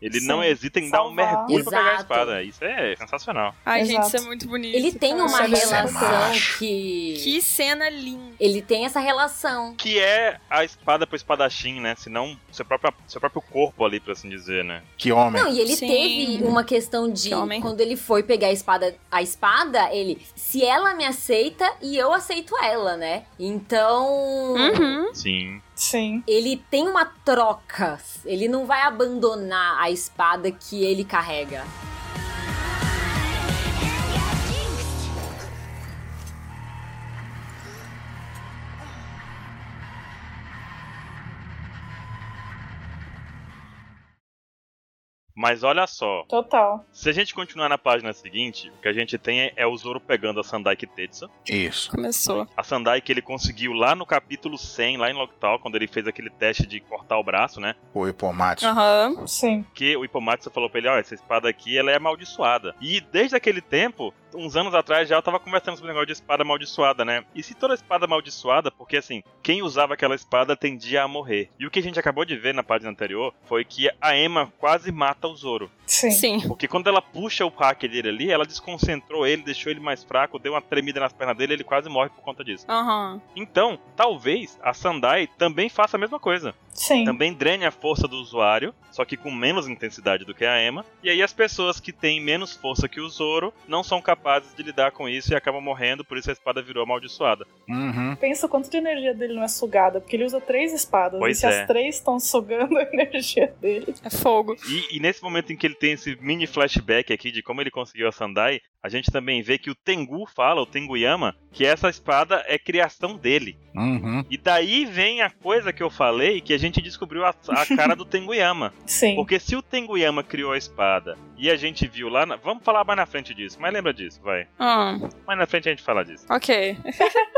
Ele não
Sim.
hesita em dar um
Salvar.
mergulho pra pegar a
Exato.
espada. Isso é sensacional.
Ai, gente,
Exato.
isso é muito bonito.
Ele tem
cara.
uma
Isso é
relação
macho.
que...
Que cena linda.
Ele tem essa relação.
Que é a espada pro espadachim, né? Se não, seu próprio, seu próprio corpo ali, pra assim dizer, né?
Que homem.
Não, e ele
Sim.
teve uma questão de
Que homem.
quando ele foi pegar a espada, a espada, ele, se ela me aceita e eu aceito ela, né? Então,
Uhum.
Sim.
Sim.
ele tem uma troca. Ele não vai abandonar a espada que ele carrega.
Mas olha só,
Total.
se a gente continuar na página seguinte, o que a gente tem é, é o Zoro pegando a Sandai Kitetsu.
Isso.
Começou.
A Sandai que ele conseguiu lá no capítulo 100, lá em Locktal, quando ele fez aquele teste de cortar o braço, né?
O Ipomatsu.
Aham.
Sim.
que o Ipomatsu falou pra ele, olha, essa espada aqui, ela é amaldiçoada. E desde aquele tempo, uns anos atrás já eu tava conversando sobre o negócio de espada amaldiçoada, né? E se toda espada amaldiçoada, porque assim, quem usava aquela espada tendia a morrer. E o que a gente acabou de ver na página anterior foi que a Emma quase mata o Zoro.
Sim.
Sim.
Porque quando ela puxa o hack dele ali, ela desconcentrou ele, deixou ele mais fraco, deu uma tremida nas pernas dele, ele quase morre por conta disso.
Aham.
Então, talvez a Sandai também faça a mesma coisa
Sim.
também drena a força do usuário, só que com menos intensidade do que a Emma. E aí as pessoas que têm menos força que o Zoro não são capazes de lidar com isso e acabam morrendo, por isso a espada virou amaldiçoada.
Uhum.
Pensa o quanto de energia dele não é sugada, porque ele usa três espadas.
Pois
e se
é.
as três estão sugando a energia dele.
É fogo.
E, e nesse momento em que ele tem esse mini flashback aqui de como ele conseguiu a Sandai, a gente também vê que o Tengu fala, o Tenguyama, que essa espada é criação dele.
Uhum.
E daí vem a coisa que eu falei que a gente descobriu a, a cara do Tenguyama.
Sim.
Porque se o Tenguyama criou a espada e a gente viu lá. na- Vamos falar mais na frente disso, mas lembra disso, vai.
Ah,
Mas na frente a gente fala disso.
ok.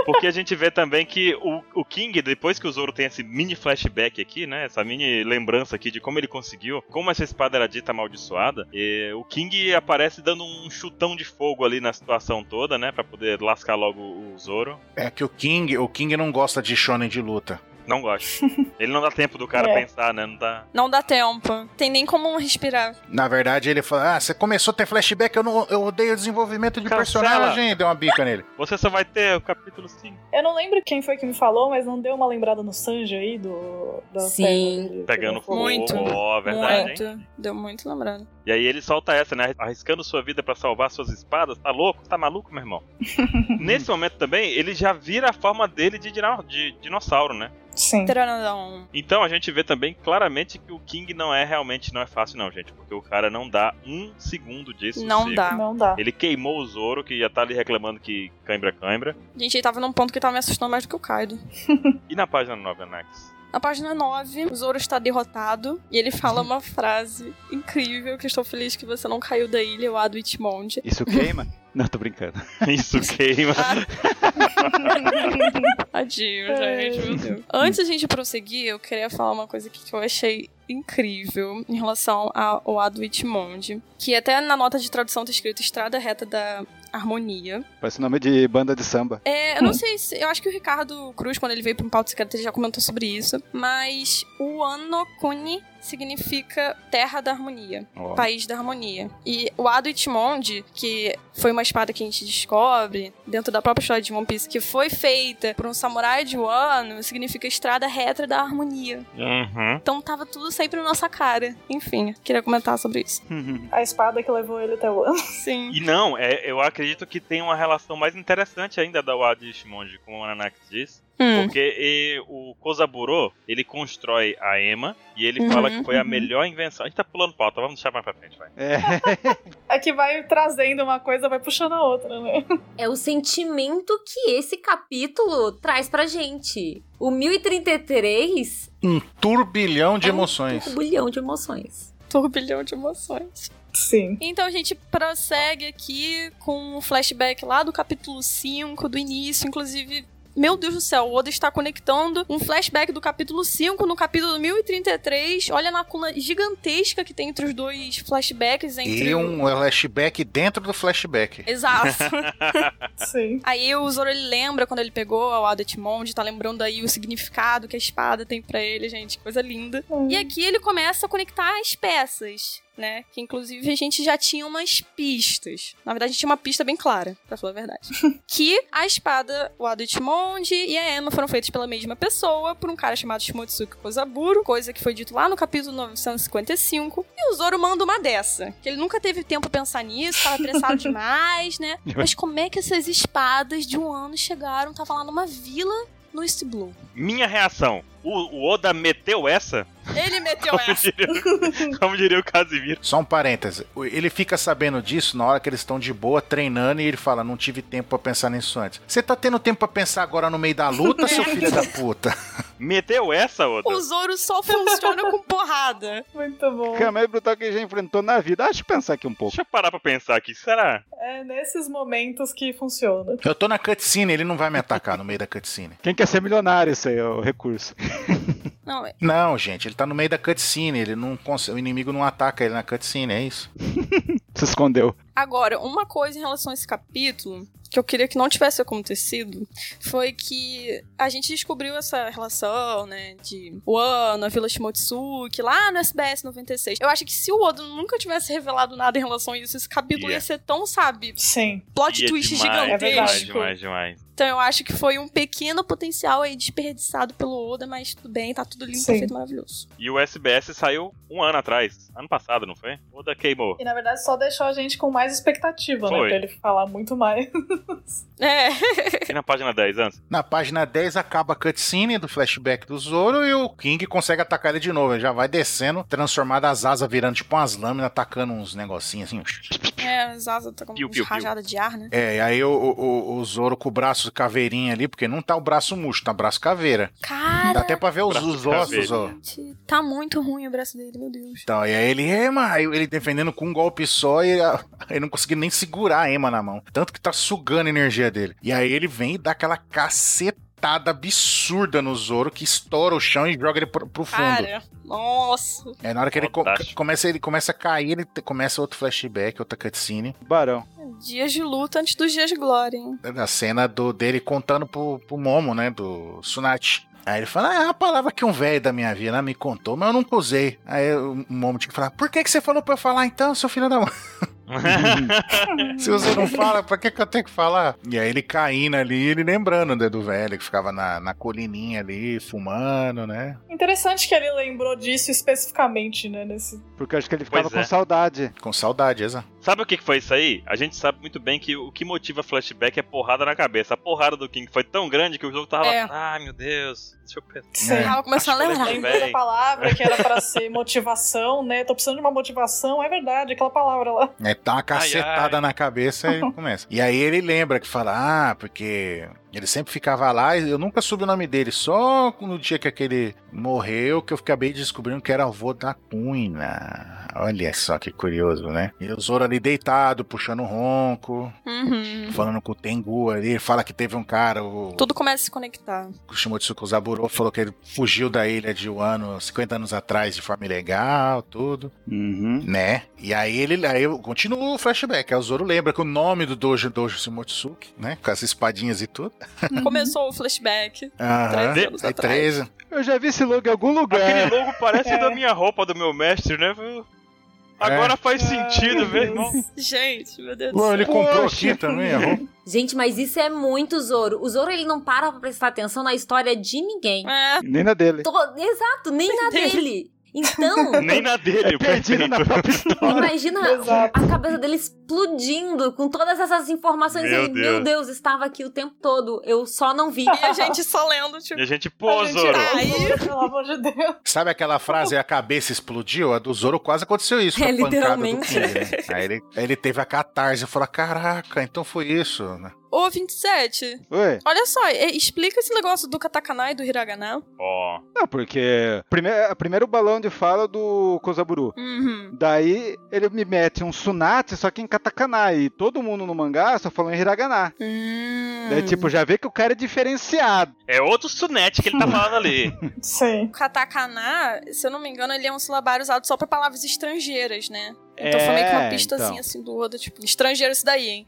Porque a gente vê também que o, o King, depois que o Zoro tem esse mini flashback aqui, né? Essa mini lembrança aqui de como ele conseguiu, como essa espada era dita amaldiçoada, e o King aparece dando um chutão de fogo ali na situação toda, né? Pra poder lascar logo o Zoro.
É que o King, o King não gosta de shonen de luta.
Não gosto. Ele não dá tempo do cara
É.
pensar, né? Não dá.
Não dá tempo. Tem nem como respirar.
Na verdade, ele fala: Ah, você começou a ter flashback, eu, não, eu odeio o desenvolvimento de
Cancela.
personagem. Deu uma bica nele.
Você só vai ter o capítulo 5
Eu não lembro quem foi que me falou, mas não deu uma lembrada no Sanji aí do. Da
Sim.
pedra de-
pegando fogo.
Muito.
Ó, verdade, hein?
muito. Deu muito lembrado.
E aí ele solta essa, né? Arriscando sua vida pra salvar suas espadas. Tá louco? Tá maluco, meu irmão? Nesse momento também, ele já vira a forma dele de, dina- de dinossauro, né?
Sim.
Pteranodon.
Então a gente vê também claramente que o King não é realmente, não é fácil não, gente. Porque o cara não dá um segundo disso.
Não dá.
Não dá.
Ele queimou o Zoro, que já tá ali reclamando que cãibra, cãibra.
Gente, ele tava num ponto que tava me assustando mais do que o Kaido.
E na página 9, Anax?
Na página 9, o Zoro está derrotado e ele fala uma frase incrível que estou feliz que você não caiu da ilha, o Ado Itmonde.
Isso queima? Não, tô brincando.
Isso queima.
Tadinho, gente, meu Deus. Antes da gente prosseguir, eu queria falar uma coisa aqui que eu achei incrível em relação ao Ado Itmonde, que até na nota de tradução tá escrito Estrada Reta da Harmonia.
Parece o nome de banda de samba.
É, eu não sei se. Eu acho que o Ricardo Cruz, quando ele veio para um pauta secreto, ele já comentou sobre isso. Mas o Anokuni significa terra da harmonia,
Ó.
país da harmonia. E o Ado Itmonde, que foi uma espada que a gente descobre dentro da própria história de One Piece, que foi feita por um samurai de Wano, significa estrada reta da harmonia.
uhum.
Então tava tudo sempre na nossa cara. Enfim, queria comentar sobre isso.
A espada que levou ele até o ano.
Sim.
E não, é, eu acredito que tem uma relação mais interessante ainda da Wad e Shimonji, como a Anax diz.
Hum.
Porque e, o Kozaburo, ele constrói a Ema e ele
Uhum,
fala que foi a
uhum.
melhor invenção. A gente tá pulando pauta, vamos deixar mais pra frente, vai.
É.
É que vai trazendo uma coisa, vai puxando a outra, né?
É o sentimento que esse capítulo traz pra gente. O 1033
Um turbilhão de
É um
emoções.
um bilhão de emoções.
Turbilhão de emoções.
Sim.
Então a gente prossegue aqui com um flashback lá do capítulo 5, do início, inclusive Meu Deus do céu, o Oda está conectando um flashback do capítulo 5 no capítulo 1033. Olha a lacuna gigantesca que tem entre os dois flashbacks. Entre
E um flashback dentro do flashback.
Exato.
Sim.
Aí o Zoro ele lembra quando ele pegou a Wada Timond, tá lembrando aí o significado que a espada tem pra ele, gente, coisa linda. E aqui ele começa a conectar as peças, né? Que inclusive a gente já tinha umas pistas. Na verdade, a gente tinha uma pista bem clara, pra falar a verdade. que a espada Wada Timond e a Eno foram feitas pela mesma pessoa, por um cara chamado Shimotsuki Kozaburo, coisa que foi dito lá no capítulo 955. E o Zoro manda uma dessa, que ele nunca teve tempo pra pensar nisso, tava apressado demais, né? Mas como é que essas espadas de um ano chegaram, tava lá numa vila no East Blue?
Minha reação. O, o Oda meteu essa?
Ele meteu essa.
Como diria o Casimiro.
Só um parêntese. O- Ele fica sabendo disso na hora que eles estão de boa treinando e ele fala: Não tive tempo pra pensar nisso antes. Você tá tendo tempo pra pensar agora no meio da luta, seu filho da puta?
Meteu essa, Oda?
O Zoro só funciona com porrada.
Muito bom.
Que é mais brutal que ele já enfrentou na vida. Acho que pensar aqui um pouco.
Deixa eu parar pra pensar aqui. Será?
É nesses momentos que funciona.
Eu tô na cutscene, ele não vai me atacar no meio da cutscene.
Quem quer ser milionário, isso aí é o recurso.
Não, é-
Não, gente, ele tá no meio da cutscene, ele não consegue, o inimigo não ataca ele na cutscene, é isso?
Se escondeu.
agora, uma coisa em relação a esse capítulo que eu queria que não tivesse acontecido foi que a gente descobriu essa relação, né, de Wano, a Vila Shimotsuki, lá no SBS 96. Eu acho que se o Oda nunca tivesse revelado nada em relação a isso, esse capítulo
Ia.
ia ser tão, sabe,
Sim.
plot
Ih, é
twist
demais, Demais,
gigantesco.
demais, demais.
Então eu acho que foi um pequeno potencial aí desperdiçado pelo Oda, mas tudo bem, tá tudo lindo,
Sim.
perfeito, maravilhoso.
E o SBS saiu um ano atrás. Ano passado, não foi? Oda queimou.
E na verdade só deixou a gente com mais expectativa, né?
Foi.
Pra ele falar muito mais.
É.
E na página 10, antes?
Na página 10 acaba a cutscene do flashback do Zoro e o King consegue atacar ele de novo. Ele já vai descendo, transformado as asas, virando tipo umas lâminas, atacando uns negocinhos assim.
É, as asas tá com
Piu,
uns
piu, piu.
rajada de ar, né?
É, e aí o, o- o Zoro com o braço caveirinha ali, porque não tá o braço murcho, tá o braço caveira. Dá
Cara,
até pra ver os,
Braço
os ossos,
caveira.
ó.
gente, tá muito ruim o braço dele, meu Deus.
Então, e aí ele, Ema, aí ele defendendo com um golpe só e a- ele não conseguiu nem segurar a Ema na mão. Tanto que tá sugando a energia dele. E aí ele vem e dá aquela cacetada absurda no Zoro que estoura o chão e joga ele pro, pro fundo.
Cara, nossa.
É na hora que ele, co-
Fantástico.
começa, ele começa a cair, ele te- começa outro flashback, outra cutscene.
Barão.
Dias de luta antes dos dias de glória, hein?
Na cena do, dele contando pro, pro Momo, né? Do Sunat. Aí ele fala, ah, é a palavra que um velho da minha vida me contou, mas eu nunca usei. Aí o Momo tinha que falar, por que, que você falou pra eu falar então, seu filho da mãe? Se você não fala, pra que, que eu tenho que falar? E aí ele caindo ali, ele lembrando né, do velho que ficava na, na colininha ali, fumando, né?
Interessante que ele lembrou disso especificamente, né? Nesse...
Porque eu acho que ele ficava
Pois
com
é.
saudade.
Com saudade, exa.
Sabe o que que foi isso aí? A gente sabe muito bem que o que motiva flashback é porrada na cabeça. A porrada do King foi tão grande que o jogo tava.
É.
Ah, meu Deus. Deixa eu pensar.
Sim.
É.
Tava começando a
Acho que eu
lembrar.
lembrei.
Lembrou da
velho.
palavra que era pra ser motivação, né? Tô precisando de uma motivação, é verdade, aquela palavra lá.
Aí tá uma cacetada na cabeça e começa. E aí ele lembra que fala, ah, porque ele sempre ficava lá e eu nunca soube o nome dele, só no dia que aquele morreu que eu acabei descobrindo que era avô da Cunha. Olha só que curioso, né? E o Zoro ali deitado, puxando um ronco,
Uhum.
falando com o Tengu ali, fala que teve um cara, o
Tudo começa a se conectar.
o Shimotsuko Zaburo falou que ele fugiu da ilha de Wano 50 anos atrás de forma ilegal, tudo.
Uhum.
Né? E aí ele aí eu- continua o flashback. Aí o Zoro lembra que o nome do Dojo Dojo Shimotsuki, né? Com as espadinhas e tudo.
Começou o flashback.
Aham.
Treze anos
Aí
atrás.
13.
Eu já vi esse logo em algum
Aquele
lugar.
logo parece
É.
da minha roupa, do meu mestre, né? Agora faz sentido,
Ah.
Ai,
meu
meu
irmão.
Gente, meu Deus do
Pô,
céu.
ele comprou
Poxa.
aqui também, errou.
Gente, mas isso é muito Zoro. O Zoro, ele não para pra prestar atenção na história de ninguém.
É,
Nem na dele.
To- Exato, nem na
Dele.
dele. Então,
Nem na dele,
É Perdido na própria história.
imagina
Exato.
a cabeça dele explodindo com todas essas informações.
Meu
ele, meu
Deus.
Deus, estava aqui o tempo todo. Eu só não vi.
E a gente só lendo, tipo.
E a gente,
A
pô,
gente-
Zoro.
Ai.
Ai, Pelo amor de Deus.
Sabe aquela frase, a cabeça explodiu? A do Zoro quase aconteceu isso. com a
É,
pancada do
literalmente.
King, né? Aí ele, aí ele teve a catarse e falou: caraca, então foi isso. né?
Ô, 27,
Oi?
olha só, e- explica esse negócio do katakana e do hiragana.
Ó.
Não, porque. Primeiro, primeiro o balão de fala do Kozaburu.
Uhum.
Daí ele me mete um sunate, só que em katakana. E todo mundo no mangá só falou em hiragana.
Hum.
Daí, tipo, já vê que o cara é diferenciado.
É outro sunete que ele tá falando ali.
Sei.
O katakana, se eu não me engano, ele é um silabário usado só pra palavras estrangeiras, né? Então
É,
foi meio que uma pistazinha
então.
assim do Oda, tipo, estrangeiro isso daí, hein?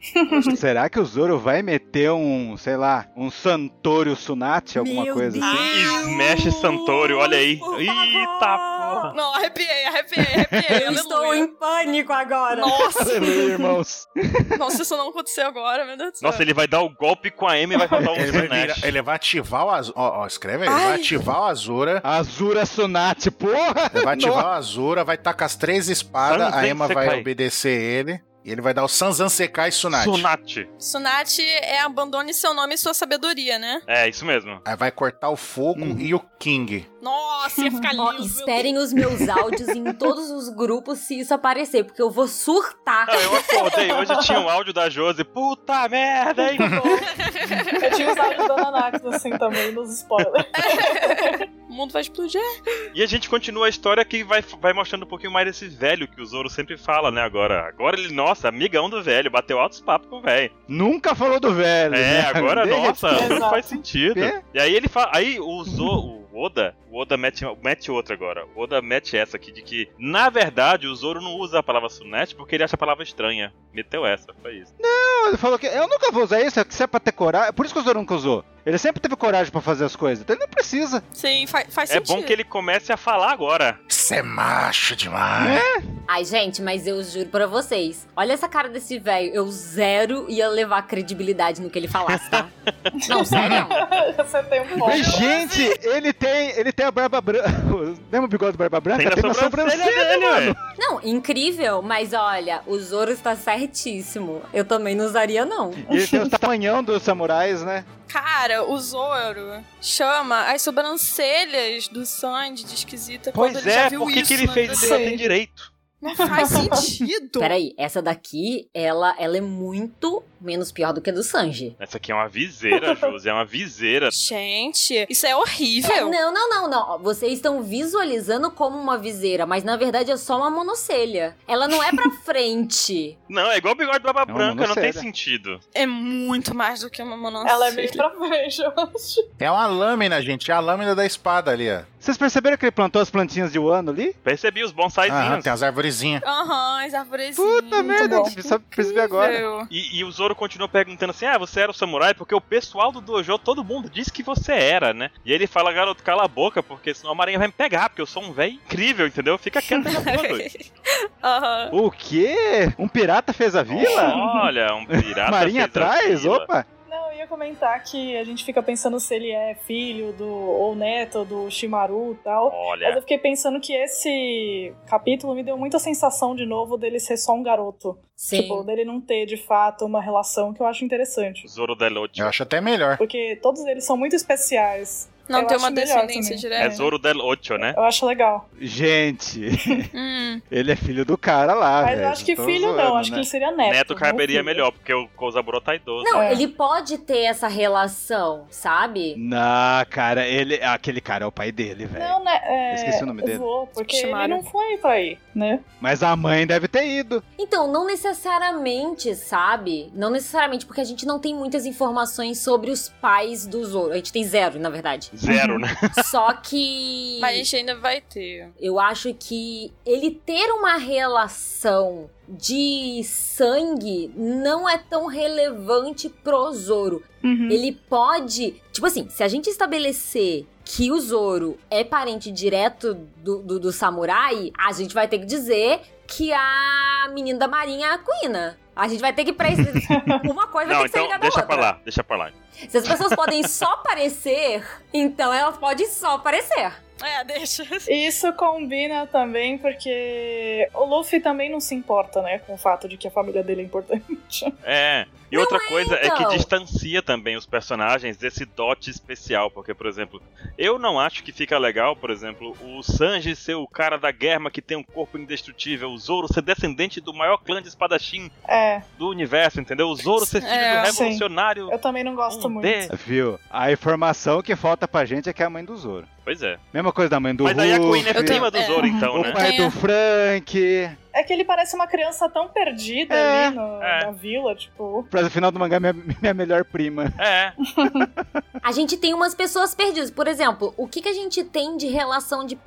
Será que o Zoro vai meter um, sei lá, um Santorio Sunate, alguma
Meu
coisa
Deus.
assim?
Smash Santorio, olha aí.
Por favor.
Eita porra.
Não, arrepiei, arrepiei, arrepiei.
Eu estou
aleluia.
em pânico agora.
Nossa,
Aleluia, irmãos.
nossa, isso não aconteceu agora, meu Deus do céu.
Nossa, ele vai dar o golpe com a M e vai faltar um
Ele vai,
Smash.
virar- ele vai ativar o Azura. Ó, ó, escreve aí. Ele
Ai.
vai ativar o Azura.
Azura Sunate, porra!
Ele vai ativar o Azura, vai tacar as três espadas,
Sanzen
a Ema vai
Sekai.
obedecer ele. E ele vai dar o Sanzan Sekai Sunat.
Sunate.
Sunat é abandone seu nome e sua sabedoria, né?
É, isso mesmo.
Aí vai cortar o fogo
Uhum.
Hum.
e o King.
Nossa, ia ficar lindo.
Ó,
meu
esperem os meus áudios em todos os grupos se isso aparecer, porque eu vou surtar.
Ah, eu acordei hoje tinha um áudio da Josi. Puta merda, hein?
Eu tinha usado o Dona Nax assim também nos spoilers.
Deus. O mundo vai explodir.
E a gente continua a história que vai, vai mostrando um pouquinho mais desse velho que o Zoro sempre fala, né? Agora, agora ele, nossa, amigão do velho, bateu altos papos com o velho.
Nunca falou do velho.
É,
né?
agora,
De
nossa,
repente.
não faz sentido.
É.
E aí ele fala. Aí usou o Oda. O Oda mete, mete outra agora. O Oda mete essa aqui de que, na verdade, o Zoro não usa a palavra sunete porque ele acha a palavra estranha. Meteu essa, foi isso.
Não, ele falou que eu nunca vou usar isso, se é pra ter coragem. Por isso que o Zoro nunca usou. Ele sempre teve coragem pra fazer as coisas, então ele não precisa.
Sim, fa- faz
é
sentido.
bom que ele comece a falar agora.
Você é macho demais.
Ai, gente, mas eu juro pra vocês. Olha essa cara desse velho. Eu zero ia levar credibilidade no que ele falasse, tá? Não, sério.
Você tem um
Mas,
ponto.
gente, ele tem, ele tem a barba branca. Lembra o bigode da barba branca?
Tem na sobrancelha, é dele, ué.
Não, incrível, mas olha, o Zoro está certíssimo. Eu também não usaria, não.
E ele tem o tamanhão dos samurais, né?
Cara, o Zoro chama as sobrancelhas do Sandy de esquisita quando
Pois
ele já
é,
viu
por que,
isso
que ele
na
fez
vida
isso? Ele
dele.
tem direito.
Não faz sentido.
Peraí, essa daqui, ela, ela é muito menos pior do que a do Sanji.
Essa aqui é uma viseira, Josi, é uma viseira.
Gente, isso é horrível.
Não, não, não, não. Ó, Vocês estão visualizando como uma viseira, mas na verdade é só uma monocelha. Ela não é pra frente.
Não, é igual o bigode da barba
É uma
branca, não tem
monocelha.
sentido.
É muito mais do que uma monocelha.
Ela é meio pra frente, eu acho.
É uma lâmina, gente. É a lâmina da espada ali, ó.
Vocês perceberam que ele plantou as plantinhas de Wano ali?
Percebi os
Ah,
bonsaizinhos.
tem as arvorezinhas.
Aham, as arvorezinhas.
Puta merda,
bom.
só percebi agora.
Incrível.
E, e o Zoro continua perguntando assim: Ah, você era o samurai? Porque o pessoal do dojo, todo mundo disse que você era, né? E aí ele fala: Garoto, cala a boca, porque senão a marinha vai me pegar, porque eu sou um velho incrível, entendeu? Fica quieto aí na tua, doido."
Aham.
O quê? Um pirata fez a vila?
Olha, um pirata.
Marinha
fez a
atrás?
fila.
Opa!
Não, eu ia comentar que a gente fica pensando se ele é filho do ou neto do Shimaru e tal. Mas
Olha.
eu fiquei pensando que esse capítulo me deu muita sensação de novo dele ser só um garoto.
Sim.
Tipo, dele não ter de fato uma relação que eu acho interessante.
Zoro Delote.
Eu acho até melhor.
Porque todos eles são muito especiais.
Não
Eu
tem
acho
uma
melhor também.
descendência
É
direta.
Zoro Del Ocho, né?
É.
Eu acho legal.
Gente,
Hum.
ele é filho do cara lá.
Mas eu
velho.
acho que
é, Tô
filho
zoando,
não, acho
né?
que ele seria
É,
neto.
Neto
não
caberia
filho.
melhor, porque o Kozaburo tá idoso.
Não,
É.
ele pode ter essa relação, sabe?
Não, cara, ele. Aquele cara é o pai dele, velho.
Não, né? É,
Esqueci o nome dele.
Vou, porque
Chamaram.
ele não foi pra ir, né?
Mas a mãe deve ter ido.
Então, não necessariamente, sabe? Não necessariamente, porque a gente não tem muitas informações sobre os pais do Zoro. A gente tem zero, na verdade.
Zero, né?
Só que.
Mas a gente ainda vai ter.
Eu acho que ele ter uma relação de sangue não é tão relevante pro Zoro.
Uhum.
Uhum.
Ele pode. Tipo assim, se a gente estabelecer que o Zoro é parente direto do, do, do samurai, a gente vai ter que dizer que a menina da marinha é a Kuina. A gente vai ter que. Pra... Uma coisa vai
Não,
ter que ser
então
ligada à
deixa
outra.
pra lá, deixa pra lá.
Se as pessoas podem só parecer, então elas podem só parecer.
É, deixa.
Isso combina também porque o Luffy também não se importa, né, com o fato de que a família dele é importante.
É. E outra coisa é
então.
que distancia também os personagens desse dote especial, porque, por exemplo, eu não acho que fica legal, por exemplo, o Sanji ser o cara da guerra que tem um corpo indestrutível, o Zoro ser descendente do maior clã de espadachim
É,
do universo, entendeu? O Zoro ser filho
É,
do
sim.
revolucionário.
eu também não gosto
um
muito.
D.
Viu? A informação que falta pra gente é que é a mãe do Zoro.
Pois é.
Mesma coisa da mãe do
Mas aí a Queen é
Ruffy,
Eu tenho-
prima do
é.
Zoro, então,
O
né?
pai do Frank.
É que ele parece uma criança tão perdida
É,
ali no-
é.
na vila, tipo.
Pra o final do mangá, minha, minha melhor prima.
É.
A gente tem umas pessoas perdidas. Por exemplo, o que, que a gente tem de relação de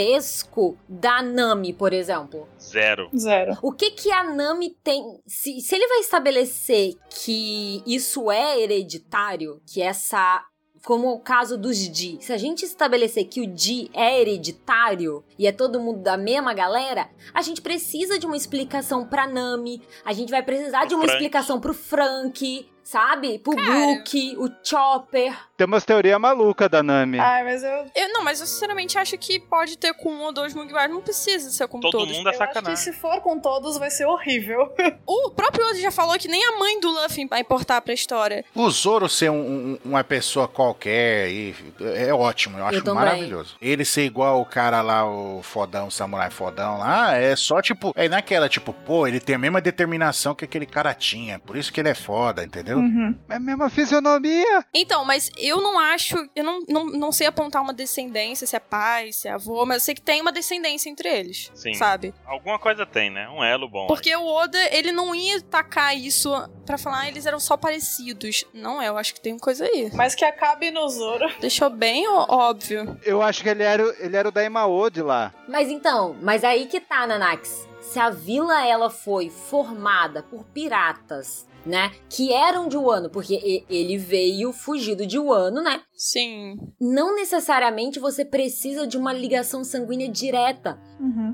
parentesco da Nami, por exemplo?
Zero.
Zero.
O que, que a Nami tem. Se, se ele vai estabelecer que isso é hereditário, que essa. Como o caso dos Di. Se a gente estabelecer que o Di é hereditário e é todo mundo da mesma galera, a gente precisa de uma explicação pra Nami, a gente vai precisar
Pro
de uma
Frank.
explicação pro Frank, sabe? Pro
Cara.
Brook, o Chopper.
Tem umas teorias malucas da Nami.
Ai, mas eu
Tá
Eu, não, mas eu sinceramente acho que pode ter com um ou dois Mugiwaras, não precisa ser com
Todo
todos.
mundo é
Eu acho que
sacanagem.
se for com todos vai ser horrível.
O próprio Oda já falou que nem a mãe do Luffy vai importar pra história.
O Zoro ser um- um- uma pessoa qualquer e- é ótimo, eu acho
Eu também.
maravilhoso. Ele ser igual o cara lá, o fodão, o samurai fodão lá, é só tipo, é naquela tipo, pô, ele tem a mesma determinação que aquele cara tinha, por isso que ele é foda, entendeu?
É a mesma fisionomia.
Então, mas eu não acho. Eu não, não, não sei apontar uma descendência, se é pai, se é avô, mas eu sei que tem uma descendência entre eles.
Sim.
Sabe?
Alguma coisa tem, né? Um elo bom.
Porque o Oda, ele não ia tacar isso pra falar, ah, eles eram só parecidos. Não é, eu acho que tem coisa aí.
Mas que acabe no Zoro.
Deixou bem ó- óbvio.
Eu acho que ele era, o- ele era o da Imaô de lá.
Mas então, mas aí que tá, Nanax. Se a vila ela foi formada por piratas, né? Que eram de Wano, porque e- ele veio fugido de Wano, né?
Sim.
Não necessariamente você precisa de uma ligação sanguínea direta.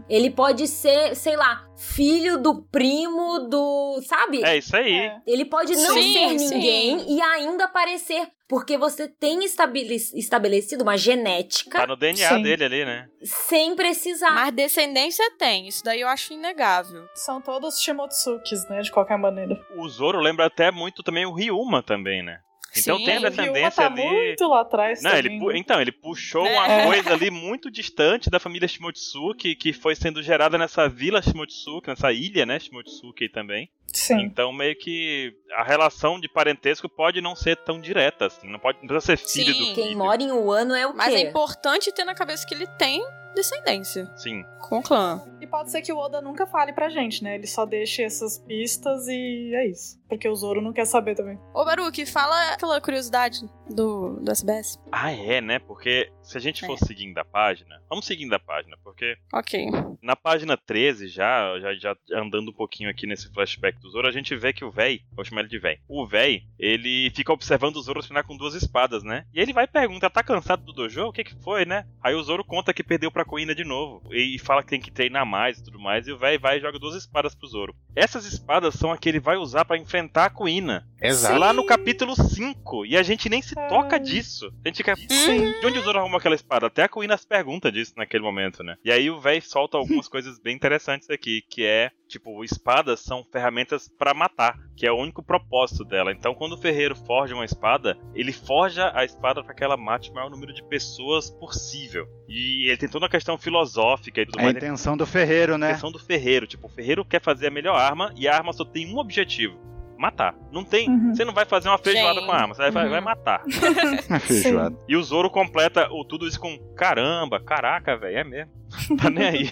Ele pode ser, sei lá, filho do primo do. Sabe?
É isso aí.
É.
Ele pode não
Sim,
ser
sim.
ninguém e ainda aparecer. Porque você tem estabele- estabelecido uma
Tá
genética
no DNA
Sim.
dele ali, né?
sem precisar.
Mas descendência tem, isso daí eu acho inegável.
São todos Shimotsukis, né? De qualquer maneira.
O Zoro lembra até muito também o Ryuma também, né? Então
Sim.
tem a
O Ryuma
descendência
tá
ali.
muito lá atrás
Não,
também.
ele pu- então, ele puxou uma
É.
coisa ali muito distante da família Shimotsuki, que foi sendo gerada nessa vila Shimotsuki, nessa ilha, né, Shimotsuki também.
Sim.
Então, meio que a relação de parentesco pode não ser tão direta, assim. Não, pode, não precisa ser filho
Sim.
do
Quem
filho.
mora em Wano é o
Mas é
quê?
importante ter na cabeça que ele tem descendência
Sim.
com o Um clã.
E pode ser que o Oda nunca fale pra gente, né? Ele só deixa essas pistas e é isso. Porque o Zoro não quer saber também.
Ô, Baruque, fala aquela curiosidade do, do SBS.
Ah, é, né? Porque se a gente for
É.
seguindo a página... Vamos seguindo a página, porque
Ok.
na página 13, já, já, já andando um pouquinho aqui nesse flashback do Zoro, a gente vê que o véi, vou chamar ele de véi, o véi, ele fica observando o Zoro treinar com duas espadas, né? E ele vai e pergunta, tá cansado do dojo? O que que foi, né? Aí o Zoro conta que perdeu pra Coina de novo, e, e fala que tem que treinar mais e tudo mais, e o véi vai e joga duas espadas pro Zoro. Essas espadas são a que ele vai usar pra enfrentar a Coina.
Exato.
Lá no capítulo 5, e a gente nem se toca
Ai.
disso. A gente fica,
Sim.
de onde o Zoro arrumou aquela espada? Até a Kuina se pergunta disso naquele momento, né? E aí o véi solta algumas coisas bem interessantes aqui, que é, tipo, espadas são ferramentas pra matar, que é o único propósito dela. Então, quando o ferreiro forja uma espada, ele forja a espada pra que ela mate o maior número de pessoas possível. E ele tem toda uma questão filosófica e tudo
É A
mais.
intenção do Ferreiro,
A
né?
intenção do ferreiro, tipo, o ferreiro quer fazer a melhor arma e a arma só tem um objetivo. Matar. Não tem.
Uhum.
Você não vai fazer uma feijoada
Gente.
com a arma, você vai,
Uhum.
vai matar.
Feijoada.
E o Zoro completa o tudo isso com caramba, caraca, velho, é mesmo. Tá nem aí.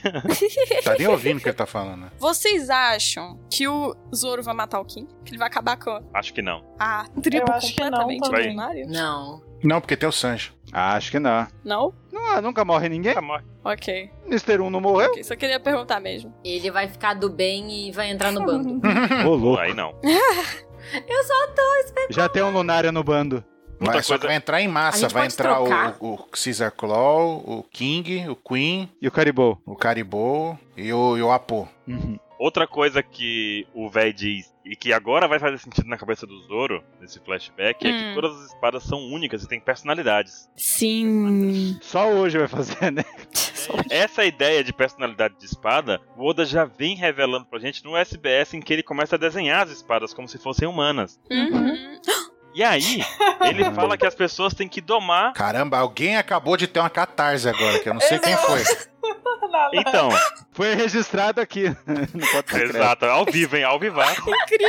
Tá nem ouvindo o que ele tá falando. né?
Vocês acham que o Zoro vai matar o Kim? Que ele vai acabar com
Acho que não.
a tribo
Eu acho que não
completamente
também.
ordinária?
Não.
Não, porque tem o Sanji.
Acho que não.
Não?
não. Nunca morre ninguém.
Tá morto.
Ok.
Mr. 1 não morreu?
Ok, Só queria perguntar mesmo.
Ele vai ficar do bem e vai entrar no bando.
Ô, louco.
Aí não.
Eu só tô esperando.
Já tem um Lunário no bando.
Muita
Vai, só
coisa-
que vai entrar em
A
massa.
gente
Vai
pode
entrar
trocar.
o, o Caesar Claw, o King, o Queen,
E o Caribou.
o Caribou e o, e o Apu.
Uhum.
Outra coisa que o véi diz, e que agora vai fazer sentido na cabeça do Zoro, nesse flashback, é
Hum.
que todas as espadas são únicas e têm personalidades.
Sim.
Só hoje vai fazer, né?
Essa ideia de personalidade de espada, o Oda já vem revelando pra gente no SBS em que ele começa a desenhar as espadas como se fossem humanas.
Uhum.
E aí, ele fala que as pessoas têm que domar.
Caramba, alguém acabou de ter uma catarse agora, que eu
É
não sei quem foi.
Nada.
Então,
Foi registrado aqui. no podcast.
exato, ao vivo, hein? Ao vivar.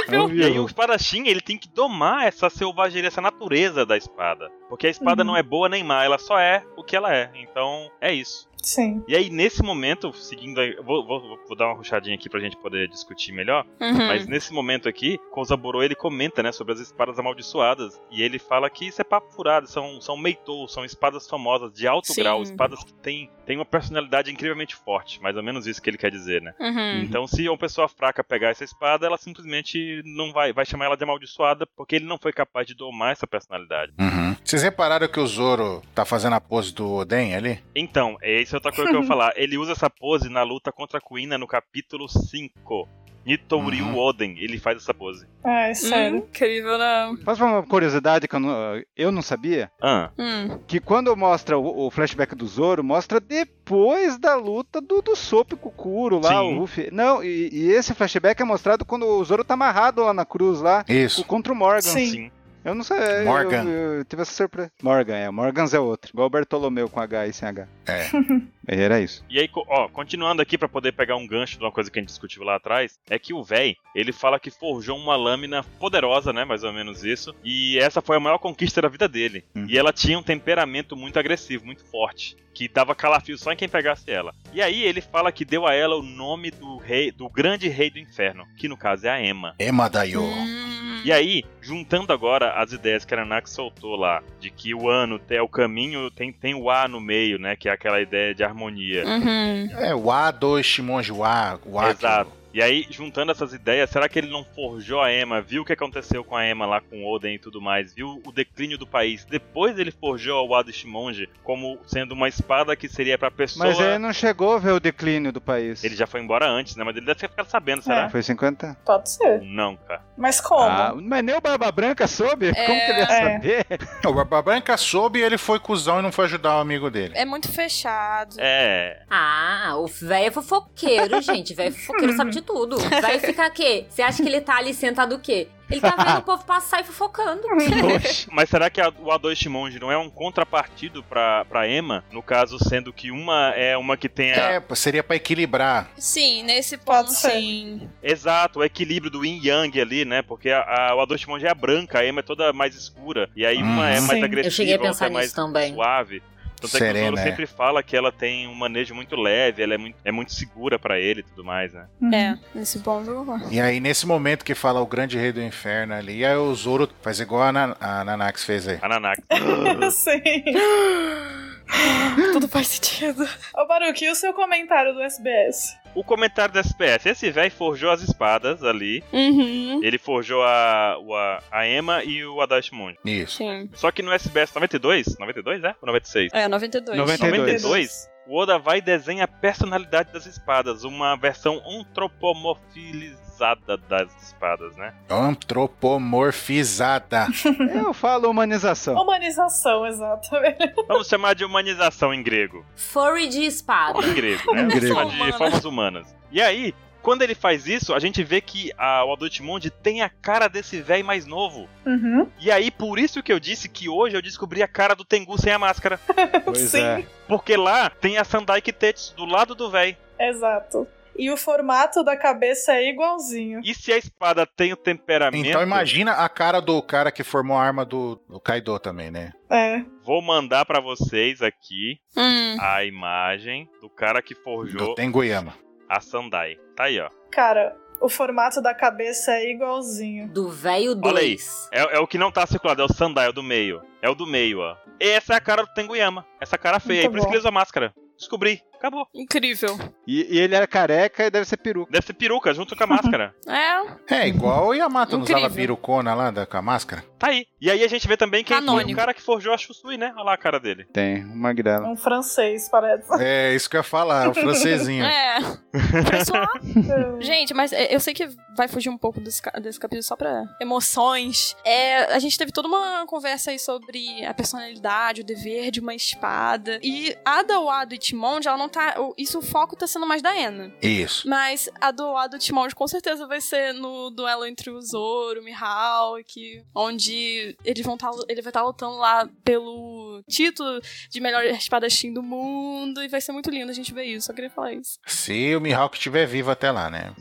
Não
E aí
viu?
o espadachim, ele tem que domar essa selvageria, essa natureza da espada. Porque a espada não é boa nem má, ela só é o que ela é. Então, é isso.
Sim.
E aí, nesse momento, seguindo aí, eu vou, vou- vou dar uma ruxadinha aqui pra gente poder discutir melhor.
Uhum.
Mas nesse momento aqui, Kozaburo ele comenta, né, sobre as espadas amaldiçoadas. E ele fala que isso é papo furado, são, são meitou, são espadas famosas de alto
Sim.
grau, espadas que têm, têm uma personalidade incrivelmente forte. Mais ou menos isso que ele quer dizer, né?
Uhum.
Então, se uma pessoa fraca pegar essa espada, ela simplesmente não vai, vai chamar ela de amaldiçoada, porque ele não foi capaz de domar essa personalidade.
Uhum. Vocês repararam que o Zoro tá fazendo a pose do Oden ali?
Então, essa é outra coisa que eu vou falar. Ele usa essa pose na luta contra a Kuina no capítulo 5. Nitoriu
Uhum.
Oden, ele faz essa pose.
Ai, É, sério.
Incrível, né?
Posso falar uma curiosidade que eu não, eu não sabia?
Ah,
Hum.
Que quando mostra o, o flashback do Zoro, mostra depois da luta do, do Sop com o Kuro lá,
Sim.
o Luffy. Não, e, e esse flashback é mostrado quando o Zoro tá amarrado lá na cruz lá.
Isso.
Contra o Morgan.
Sim.
sim.
Eu não sei.
Morgan.
Eu, eu, eu tive essa surpresa. Morgan, é. Morgans é outro. Igual o Bertolomeu com H e sem H.
É.
Era isso.
E aí, co- ó, continuando aqui pra poder pegar um gancho de uma coisa que a gente discutiu lá atrás, é que o véi, ele fala que forjou uma lâmina poderosa, né, mais ou menos isso, e essa foi a maior conquista da vida dele.
Uhum.
E ela tinha um temperamento muito agressivo, muito forte, que dava calafrio só em quem pegasse ela. E aí ele fala que deu a ela o nome do rei, do grande rei do inferno, que no caso é a Emma.
Ema Dayo.
Hum.
E aí, juntando agora as ideias que a Nanak soltou lá, de que o ano é o caminho, tem, tem o A no meio, né, que é aquela ideia de harmonia.
Uhum.
É, o A do Shimonji, o A. O A
Exato. E aí, juntando essas ideias, será que ele não forjou a Emma, viu o que aconteceu com a Emma lá com o Oden e tudo mais, viu o declínio do país? Depois ele forjou o Wado Shimonji como sendo uma espada que seria pra pessoa.
Mas é- ele não chegou a ver o declínio do país. É,
Ele já foi embora antes, né? Mas ele deve ter ficado sabendo, será?
Foi 50?
Pode ser.
Não, cara.
Mas como?
Ah, mas nem o Barba Branca soube? Como que ele ia
É.
saber?
O Barba Branca soube e ele foi cuzão e não foi ajudar o amigo dele.
É muito fechado.
É.
Ah, o velho é fofoqueiro, gente. Velho fofoqueiro sabe de tudo. Vai ficar o quê? Você acha que ele tá ali sentado o quê? Ele tá vendo o povo passar e fofocando.
Poxa.
Mas será que a- o A2 Shimonji não é um contrapartido pra, pra Emma? No caso, sendo que uma é uma que tem a.
É, pô, seria pra equilibrar.
Sim, nesse
Pode
ponto,
ser.
sim.
Exato, o equilíbrio do yin yang ali, né? Porque a, a, o Adolfo Monge é branca, a Emma é toda mais escura. E aí uma
Uhum.
é mais
Sim.
agressiva,
Eu cheguei a pensar
outra é mais
nisso também.
suave. Tanto é que o
Serena,
Zoro
é.
sempre fala que ela tem um manejo muito leve, ela é muito, é muito segura pra ele e tudo mais, né?
Uhum.
É, nesse ponto eu concordo.
E aí, nesse momento que fala o grande rei do inferno ali, aí o Zoro faz igual a, Nan- a Nanax fez aí.
A Nanaka.
Uhum. Sim.
Tudo faz sentido.
Ô, Baruque, e o seu comentário do SBS?
O comentário do SPS, esse velho forjou as espadas ali,
Uhum.
ele forjou a, o- a, a Emma e o Adolfo Monge.
Isso.
Sim.
Só que no SBS 92, 92 é? Ou 96?
É, 92.
92.
92, o Oda vai e desenha a personalidade das espadas, uma versão antropomorfilizada das espadas, né?
Antropomorfizada.
Eu falo humanização.
Humanização, exatamente.
Vamos chamar de humanização em grego.
Furry de espada.
Em grego, né?
Em
Vamos
grego.
chamar de
Humana.
formas humanas. E aí, quando ele faz isso, a gente vê que a, o Adultimonde tem a cara desse velho mais novo.
Uhum.
E aí, por isso que eu disse que hoje eu descobri a cara do Tengu sem a máscara.
Pois
Sim.
é.
Porque lá tem a Sandai Kitetsu do lado do velho.
Exato. E o formato da cabeça é igualzinho.
E se a espada tem o temperamento...
Então imagina a cara do cara que formou a arma do, do Kaido também, né?
É.
Vou mandar pra vocês aqui
Hum.
a imagem do cara que forjou
Do Tenguyama.
a Sandai. Tá aí, ó.
Cara, o formato da cabeça é igualzinho.
Do velho
Olha aí.
2.
É, é o que não tá circulado, é o Sandai, é o do meio. É o do meio, ó. E essa é a cara do Tenguyama. Essa cara feia.
Muito
Por isso
bom.
que ele usa máscara. Descobri. Acabou.
Incrível.
E, e ele era careca e deve ser peruca.
Deve ser peruca junto com a máscara.
É,
É, igual o Yamato não usava
Incrível.
birucona lá da, com a máscara.
Tá aí. E aí a gente vê também quem foi
Canônico.
o cara que forjou a Chusui, né? Olha lá a cara dele.
Tem, uma
É
magrela.
um francês, parece.
É, isso que eu ia falar, o francesinho.
é. Pessoal, Gente, mas é, eu sei que vai fugir um pouco desse, ca- desse capítulo só pra emoções. É, a gente teve toda uma conversa aí sobre a personalidade, o dever de uma espada. E a da Wado e Timonde, ela não tá. o- Isso o foco tá sendo mais da Ana.
Isso.
Mas a do Wado e Timonde com certeza vai ser no duelo entre o Zoro, o Mihawk, onde eles vão tá, ele vai estar lutando lá pelo título de melhor espadachim do mundo. E vai ser muito lindo a gente ver isso. Só queria falar isso.
Se o Mihawk estiver vivo até lá, né?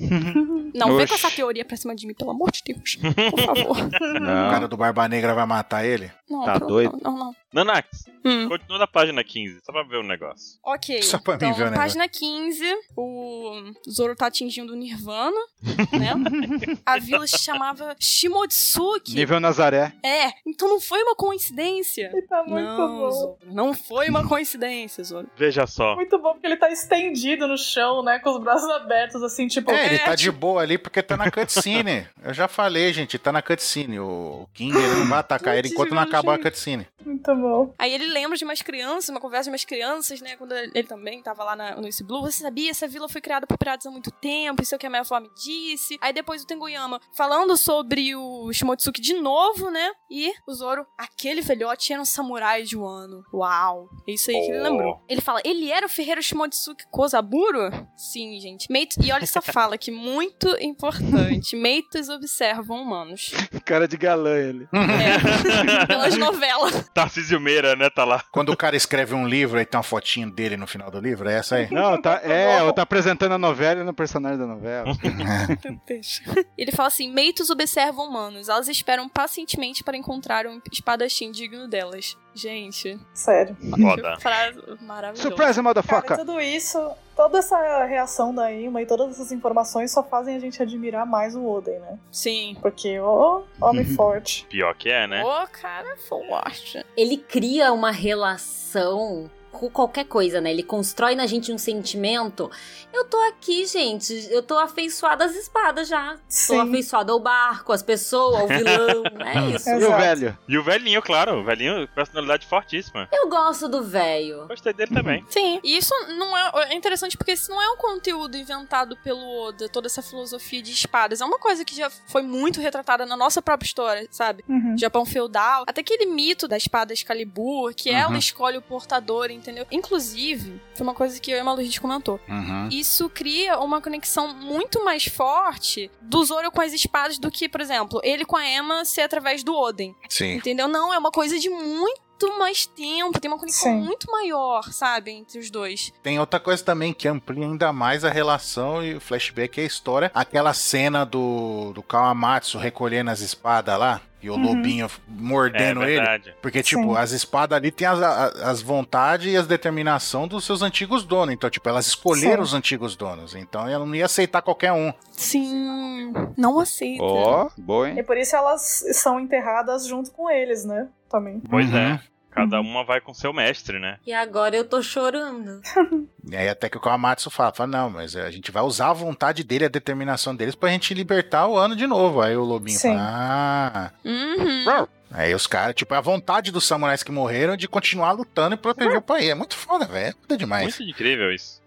Não, vem com
Oxi.
essa teoria pra cima de mim, pelo amor de Deus. Por favor.
O
Não.
cara do Barba Negra vai matar ele?
Não,
Tá
pronto,
doido?
Não, não.
Nanax,
Hum.
continua na página 15, só pra ver o negócio.
Ok.
Só pra mim
então,
ver o
na
negócio.
página 15, o Zoro tá atingindo o Nirvana, né? A vila se chamava Shimotsuki.
Nível Nazaré.
É, então não foi uma coincidência.
Ele tá muito
não,
bom.
Zoro, não foi uma coincidência, Zoro.
Veja só.
Muito bom, porque ele tá estendido no chão, né? Com os braços abertos, assim, tipo.
É, ele tá
é,
de boa ali porque tá na cutscene. Eu já falei, gente, tá na cutscene. O King ele não vai atacar ele
Putz,
enquanto não
eu
acabar a
achei.
cutscene.
Muito bom.
Aí ele lembra de umas crianças, uma conversa de umas crianças, né? Quando ele também tava lá na, no Ice Blue. Você sabia? Essa vila foi criada por piratas há muito tempo, isso é o que a minha avó me disse. Aí depois o Tenguyama falando sobre o Shimotsuki de novo, né? E o Zoro, aquele velhote era um samurai de um ano. Uau! É isso aí que ele
Oh.
lembrou. Ele fala, ele era o ferreiro Shimotsuki Kozaburo? Sim, gente. Meitos, e olha essa fala que muito importante. Meitos observam humanos.
Cara de galã ele.
É. Pelas novelas.
Tarcísio Meira, né? Tá lá.
Quando o cara escreve um livro, aí tem uma fotinho dele no final do livro, é essa aí?
Não, tá. É, ou tá apresentando a novela e no personagem da novela.
Deixa. Ele fala assim: Meitos observam humanos. Elas esperam pacientemente para encontrar um espadachim digno delas. Gente,
Sério.
Foda.
que frase maravilhosa.
Surprise,
Cara, e
motherfucker!
tudo isso, toda essa reação da Ima e todas essas informações só fazem a gente admirar mais o Oden, né?
Sim.
Porque, ô, homem forte.
Pior que é, né?
Ô, cara, um forte.
Ele cria uma relação com qualquer coisa, né? Ele constrói na gente um sentimento. Eu tô aqui, gente. Eu tô afeiçoada às espadas já. Tô
Sim.
afeiçoada ao barco, às pessoas, ao vilão. É isso.
E o
Exato.
velho?
E o velhinho, claro. O velhinho, personalidade fortíssima.
Eu gosto do velho.
Gostei dele também.
Sim. E isso não é, é interessante porque isso não é um conteúdo inventado pelo Oda, toda essa filosofia de espadas. É uma coisa que já foi muito retratada na nossa própria história, sabe?
Uhum.
Japão feudal, até aquele mito da espada Excalibur, que
Uhum.
ela escolhe o portador, entendeu? Inclusive, foi uma coisa que eu e a Malu a gente comentou.
Uhum.
Isso cria uma conexão muito mais forte do Zoro com as espadas do que, por exemplo, ele com a Emma ser através do Oden.
Sim.
Entendeu? Não, é uma coisa de muito mais tempo, tem uma conexão
Sim.
muito maior, sabe, entre os dois.
Tem outra coisa também que amplia ainda mais a relação e o flashback é a história. Aquela cena do, do Kawamatsu recolhendo as espadas lá e o
Uhum.
lobinho
É
mordendo ele.
verdade.
Porque, tipo,
Sim.
as espadas ali têm as, a- as vontades e as determinação dos seus antigos donos. Então, tipo, elas escolheram
Sim.
os antigos donos. Então, ela não ia aceitar qualquer um.
Sim, não aceita.
Ó, boa, hein?
E por isso elas são enterradas junto com eles, né? Também.
Pois
Uhum.
é. Cada uma vai com seu mestre, né?
E agora eu tô chorando.
E aí até que o Kawamatsu fala, fala, não, mas a gente vai usar a vontade dele, a determinação deles, pra gente libertar o ano de novo. Aí o Lobinho
Sim.
fala, ah...
Uhum.
Aí os caras, tipo, é a vontade dos samurais que morreram de continuar lutando e proteger o país. É muito foda, velho. É foda demais.
Muito incrível isso.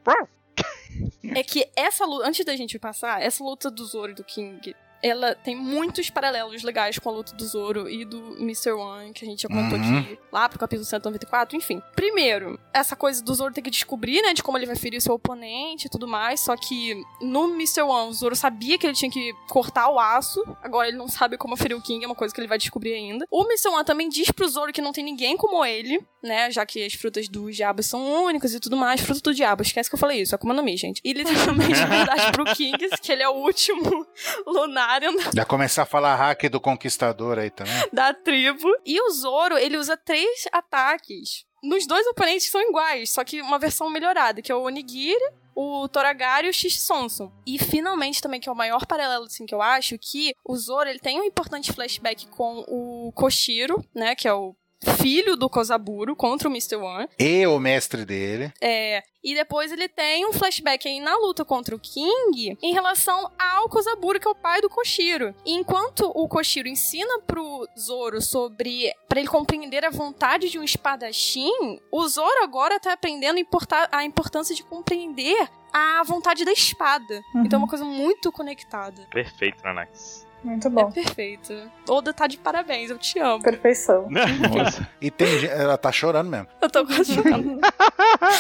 É que essa luta, antes da gente passar, essa luta do Zoro e do King, ela tem muitos paralelos legais com a luta do Zoro e do Mr. One, que a gente já contou
Uhum.
aqui lá pro capítulo 194, enfim. Primeiro, essa coisa do Zoro ter que descobrir, né, de como ele vai ferir o seu oponente e tudo mais, só que no Mr. One, o Zoro sabia que ele tinha que cortar o aço, agora ele não sabe como ferir o King, é uma coisa que ele vai descobrir ainda. O Mr. One também diz pro Zoro que não tem ninguém como ele, né, já que as frutas do diabo são únicas e tudo mais, fruta do diabo, esquece que eu falei isso, é Akuma no Mi, gente. E literalmente é verdade pro King, que ele é o último Lunarian
Já começar a falar hack do conquistador aí também.
da tribo. E o Zoro, ele usa três ataques. Nos dois oponentes são iguais, só que uma versão melhorada, que é o Onigiri, o Toragari e o Shisonson. E finalmente também, que é o maior paralelo assim, que eu acho, que o Zoro ele tem um importante flashback com o Koshiro, né, que é o filho do Kozaburo, contra o Mr. One.
E o mestre dele.
É, e depois ele tem um flashback aí na luta contra o King em relação ao Kozaburo, que é o pai do Koshiro. E enquanto o Koshiro ensina pro Zoro sobre para ele compreender a vontade de um espadachim, o Zoro agora tá aprendendo importar, a importância de compreender a vontade da espada.
Uhum.
Então é uma coisa muito conectada.
Perfeito, Nanax.
Muito
É
bom.
perfeito. Oda tá de parabéns, eu te amo.
Perfeição.
Nossa. E tem ge- ela tá chorando mesmo.
Eu
Uhum.
tô quase chorando.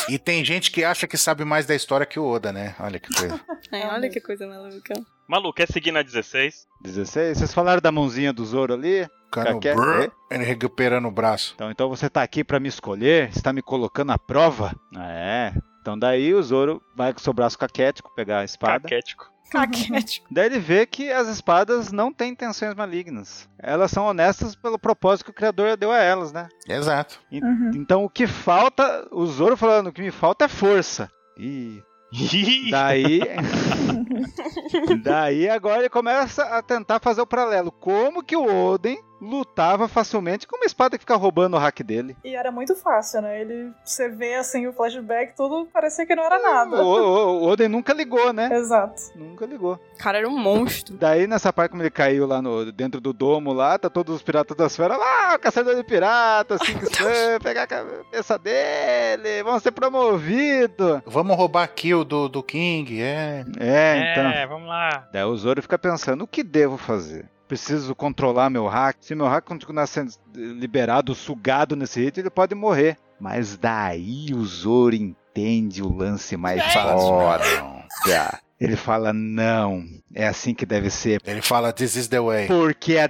E tem gente que acha que sabe mais da história que o Oda, né? Olha que coisa.
É, olha que coisa maluca.
Uhum.
Malu, quer seguir na 16?
16. Vocês falaram da mãozinha do Zoro ali?
O cara,
Quer-
brrr, ele recuperando o braço.
Então, então você tá aqui pra me escolher? Está me colocando à prova? É. Então daí o Zoro vai com seu braço caquético pegar a espada.
Caquético.
Caquete.
Daí ele vê que as espadas não têm intenções malignas. Elas são honestas pelo propósito que o criador deu a elas, né?
Exato.
Uhum.
Então o que falta, o Zoro falando, o que me falta é força. E daí Daí agora ele começa a tentar fazer o paralelo. Como que o Oden lutava facilmente com uma espada que fica roubando o hack dele?
E era muito fácil, né? Ele, você vê assim o flashback, tudo parecia que não era
O,
nada.
o- o Oden nunca ligou, né?
Exato.
Nunca ligou.
O cara era um monstro.
Daí nessa parte como ele caiu lá no dentro do domo lá, tá todos os piratas da esfera lá, o caçador de piratas, Cinco Sam, pegar a cabeça dele, vão ser promovidos.
Vamos roubar a kill do, do King, é.
É, então.
vamos lá.
Daí o Zoro fica pensando, o que devo fazer? Preciso controlar meu hack. Se meu hack continuar sendo liberado, sugado nesse ritmo, ele pode morrer. Mas daí o Zoro entende o lance mais foda.
Foda.
Ele fala, não, é assim que deve ser.
Ele fala, this is the way.
Porque a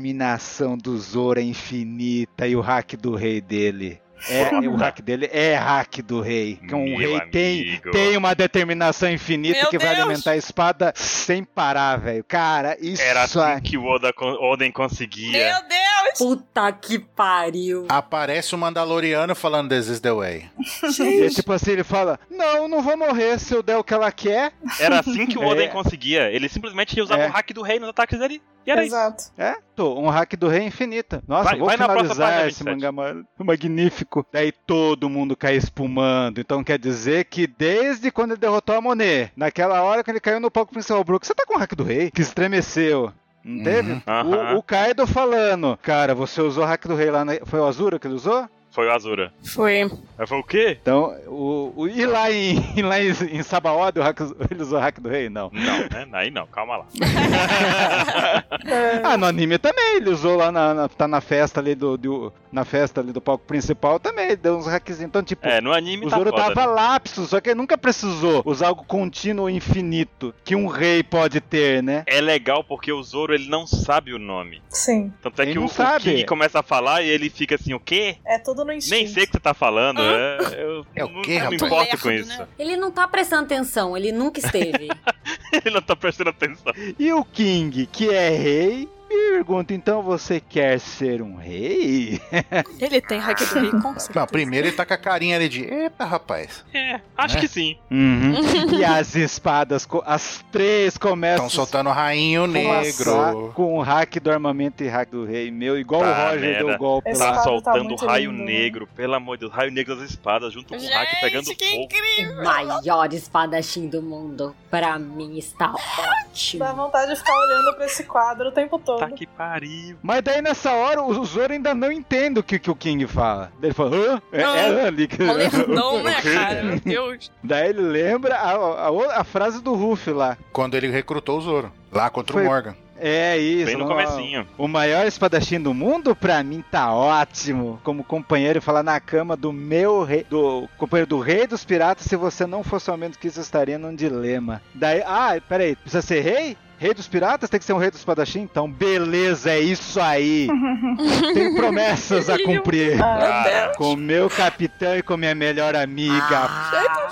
determinação do Zoro é infinita e o hack do rei dele... É, o hack dele é hack do rei. Que um
Meu
rei tem,
amigo.
tem uma determinação infinita
Meu
que vai
Deus!
alimentar a espada sem parar, velho. Cara, isso
Era assim
aqui.
que o Oda, con- Oden conseguia.
Meu Deus!
Puta que pariu.
Aparece o Mandaloriano falando this is the way.
E, tipo assim, ele fala: Não, não vou morrer se eu der o que ela quer.
Era assim que o Oden
É.
conseguia. Ele simplesmente usava
É.
o hack do rei nos ataques dele. E era
Exato.
É, tô, um hack do rei infinita. Nossa,
Vai-
vou
vai na próxima
finalizar
página,
esse
27.
mangá ma- magnífico. Daí todo mundo cai espumando. Então quer dizer que desde quando ele derrotou a Monet, naquela hora que ele caiu no palco principal, Brook, você tá com o hack do rei? Que estremeceu. Não teve?
Uhum.
Aham.
O, o Kaido falando, cara, você usou o hack do rei lá. Na... Foi o Azura que ele usou?
isso. Foi o Azura.
Foi.
Aí foi o quê?
Então, o, o- e lá em, e lá em, em Sabaody, o hack, ele usou o hack do rei? Não.
Não, né? Aí não, calma lá.
Ah, no anime também, ele usou lá na, na- tá na festa ali do, do- na festa ali do palco principal também, ele deu uns hackzinhos. Então, tipo,
É, no anime
o
tá
Zoro
foda,
tava
né?
lapso, só que ele nunca precisou usar algo contínuo e infinito que um rei pode ter, né?
É legal porque o Zoro ele não sabe o nome.
Sim.
Tanto é
Ele
que
não
o, o
sabe.
King começa a falar e ele fica assim, o quê?
É tudo no instinto.
Nem sei o que você tá falando. É, eu
É o
não,
quê,
não me
rapaz?
importo
Lerdo,
com isso.
né?
Ele não tá prestando atenção, ele nunca esteve.
Ele não tá prestando atenção.
E o King, que é rei, me pergunta, então você quer ser um rei?
Ele tem hack do rei, com certeza.
Não, primeiro ele tá com a carinha ali de, eita rapaz,
É, acho
Né?
que sim.
Uhum. e as espadas, co- as três começam
estão soltando rainho
a fumaçar
negro.
com o hack do armamento e hack do rei, meu, igual
Tá,
o Roger deu
merda.
o golpe
Esse
lá.
Tá
Espada tá
soltando
muito
raio
lindo, né?
negro, pelo amor de Deus, raio negro das espadas, junto com o hack pegando
Gente, que
fogo.
incrível!
o maior espadachim do mundo. Pra mim está ótimo.
Dá vontade de ficar olhando pra esse quadro o tempo todo.
Tá que pariu.
Mas daí nessa hora o Zoro ainda não entende o que, que o King fala. Daí ele fala, hã? É,
Não.
é ali que...
Um lerdão, né, cara? Meu Deus.
Daí ele lembra a, a o- a frase do Ruff lá.
Quando ele recrutou o Zoro, lá contra
Foi-
o Morgan.
É isso.
Bem no
lá,
comecinho.
O maior espadachim do mundo, pra mim, tá ótimo. Como companheiro falar na cama do meu rei, do companheiro do rei dos piratas, se você não fosse ao menos que isso, eu estaria num dilema. Daí, ah, peraí, precisa ser rei? Rei dos piratas tem que ser um rei dos espadachim? Então, beleza, é isso aí.
Uhum.
Tem promessas a cumprir.
Ah,
Cara,
Com meu capitão e com minha melhor amiga.
Ah,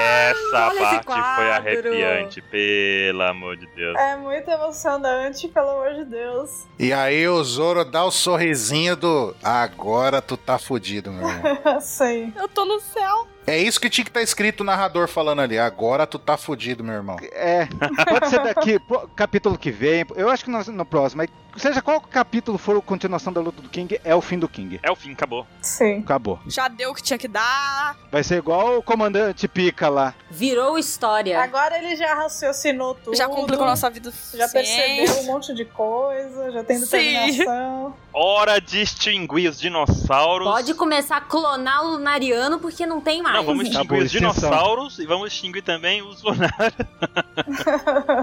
essa
Olha
parte
esse
foi
quadro.
arrepiante, pelo amor de Deus.
é muito emocionante, pelo amor de Deus.
E aí o Zoro dá o sorrisinho do, agora tu tá fudido, meu irmão.
Sim.
Eu tô no céu.
É isso que tinha que estar escrito o narrador falando ali. Agora tu tá fudido, meu irmão.
É, pode ser daqui, pô, capítulo que vem. Eu acho que no, no próximo. Mas seja qual capítulo for a continuação da luta do King, é o fim do King.
É o fim, acabou.
Sim.
Acabou.
Já deu o que tinha que dar.
Vai ser igual o comandante Pica lá.
Virou história.
Agora ele É. já raciocinou tudo.
Já complicou nossa vida.
Já
Sim.
percebeu um monte de coisa, já tem
Sim.
determinação.
Hora de extinguir os dinossauros.
Pode começar a clonar o Lunariano porque não tem mais.
Não, vamos
Tá
extinguir
bom,
os
extinção.
dinossauros e vamos extinguir também os lunares.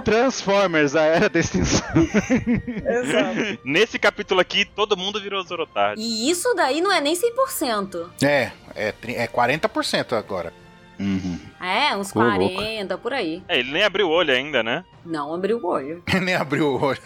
Transformers, a era da extinção.
Exato.
Nesse capítulo aqui, todo mundo virou Zorotard.
E isso daí não é nem 100%.
É, é, tri- é 40% agora.
É, uns
Ô, louco.
40, por aí.
É, ele nem abriu o olho ainda, né?
Não abriu o olho.
Nem abriu o olho.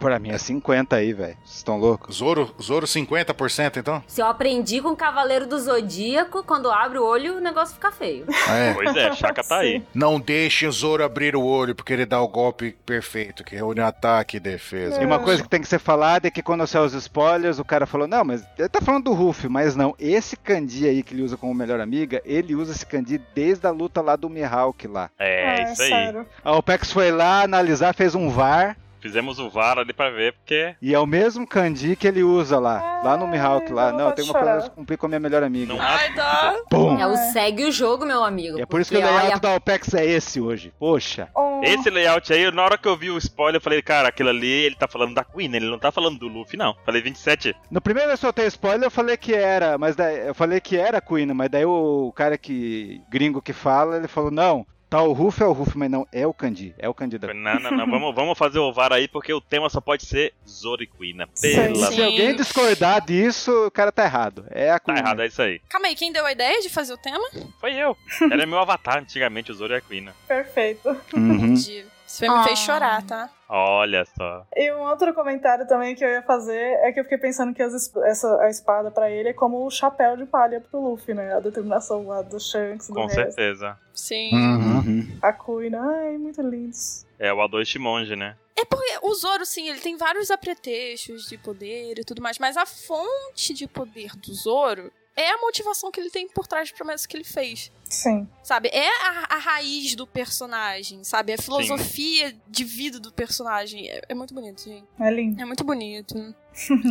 Pra mim é 50 aí, velho. Vocês estão loucos?
Zoro, Zoro 50% então?
Se eu aprendi com o Cavaleiro do Zodíaco, quando abre o olho, o negócio fica feio.
É.
Pois é, Chaka tá aí.
Não deixe o Zoro abrir o olho, porque ele dá o golpe perfeito, que reúne ataque e defesa.
E uma coisa que tem que ser falada é que quando saiu os spoilers, o cara falou, não, mas ele tá falando do Ruff, mas não, esse Kandi aí que ele usa como melhor amiga, ele usa esse Kandi desde a luta lá do Mihawk lá.
É,
Ah,
isso aí.
sério.
A OPEX foi lá analisar, fez um VAR,
Fizemos o VAR ali pra ver, porque
e é o mesmo Kandi que ele usa lá, lá no
Ai,
Mihawk lá.
dá
Não,
vontade
tem
de
uma coisa
chorar.
que cumprir com a minha melhor amiga.
Não.
Ai, tá.
Pum!
É o
É.
segue o jogo, meu amigo.
E é por isso que o
porque,
layout
olha,
da OPEX é esse hoje. Poxa.
Oh,
esse layout aí, na hora que eu vi o spoiler, eu falei, cara, aquilo ali, ele tá falando da Queen, ele não tá falando do Luffy, não. Falei 27.
No primeiro eu soltei spoiler, eu falei que era, mas daí, eu falei que era Queen, mas daí o cara que gringo que fala, ele falou: "Não, tá o Ruff é o Ruff, mas não é o Kandi, é o Kandi da
Falei, Não, não, não, vamos, vamos fazer o VAR aí, porque o tema só pode ser Zoro e Queen, né? Pelo
Sim.
amor.
Se alguém discordar disso, o cara tá errado. É a
Tá
Queen.
errado, é isso aí.
Calma aí, quem deu a ideia de fazer o tema?
Foi eu. Era meu avatar antigamente, o Zoro e a Queen. né?
perfeito.
Hum.
De... Esse filme me fez
Ah.
chorar, tá?
Olha só.
E um outro comentário também que eu ia fazer é que eu fiquei pensando que as es- essa, a espada pra ele é como o chapéu de palha pro Luffy, né? A determinação lá do Shanks, do
Com
resto,
certeza.
Sim.
Hum.
Uhum.
a Kuina. Ai, muito lindos.
É o A2 Shimonji, né?
É porque o Zoro, sim, ele tem vários apretextos de poder e tudo mais, mas a fonte de poder do Zoro é a motivação que ele tem por trás de promessas que ele fez.
Sim.
Sabe? É a, a raiz do personagem, sabe? É a filosofia de vida do personagem. É, é muito bonito, gente.
É lindo.
É muito bonito.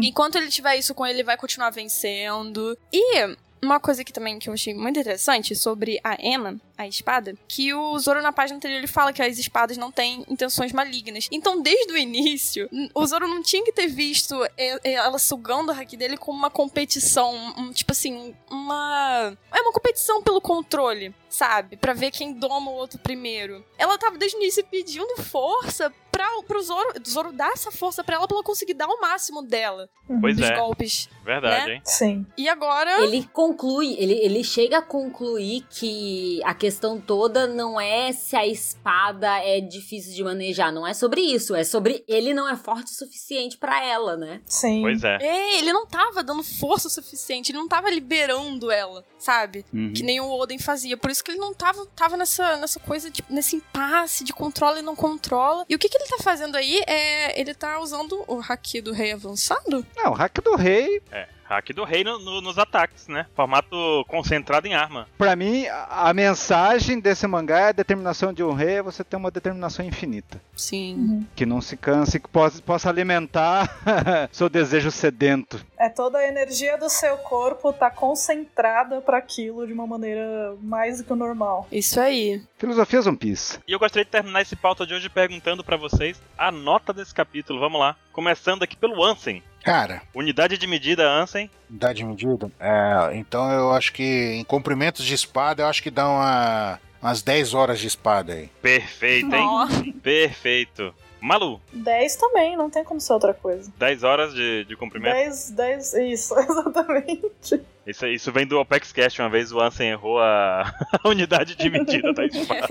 Enquanto ele tiver isso com ele, ele vai continuar vencendo. E uma coisa que também que eu achei muito interessante sobre a Emma, a espada, que o Zoro na página anterior ele fala que as espadas não têm intenções malignas. Então, desde o início, n- o Zoro não tinha que ter visto e- e- ela sugando o haki dele como uma competição, um- um- tipo assim, uma é uma competição pelo controle, sabe? Pra ver quem doma o outro primeiro. Ela tava desde o início pedindo força pra, pro Zoro, Zoro dar essa força pra ela pra ela conseguir dar o máximo dela
Pois
Uhum.
dos
é,
golpes.
verdade,
né?
hein?
Sim.
E agora.
Ele conclui, ele, ele chega a concluir que a questão toda não é se a espada é difícil de manejar, não é sobre isso, é sobre ele não é forte o suficiente pra ela, né?
Sim.
Pois é.
É, ele não tava dando força o suficiente, ele não tava liberando ela, sabe? Que nem o Oden fazia. Por isso que ele não tava, tava nessa, nessa coisa, de, nesse impasse de controla e não controla. E o que, que ele tá fazendo aí? É, ele tá usando o haki do rei avançado?
Não, o hack do rei,
Hack do rei no- no- nos ataques, né? Formato concentrado em arma.
pra mim, a a mensagem desse mangá é a determinação de um rei é você ter uma determinação infinita.
é.
Sim.
Uhum.
Que não se canse, que possa, possa alimentar seu desejo sedento.
É toda a energia do seu corpo tá concentrada pra aquilo de uma maneira mais do que o normal.
Isso aí.
Filosofia One Piece.
E eu gostaria de terminar esse pauta de hoje perguntando pra vocês a nota desse capítulo. Vamos lá. Começando aqui pelo Ansem.
Cara,
Unidade de medida, Ansem.
dá de medida? É, então eu acho que em comprimentos de espada, eu acho que dá uma, umas 10 horas de espada aí.
Perfeito, hein?
Ó,
Perfeito. Malu,
10 também, não tem como ser outra coisa.
10 horas de, de comprimento.
10, 10, isso, exatamente.
Isso, isso vem do Opex Cast. Uma vez o Ansem errou a, a unidade de medida da espada.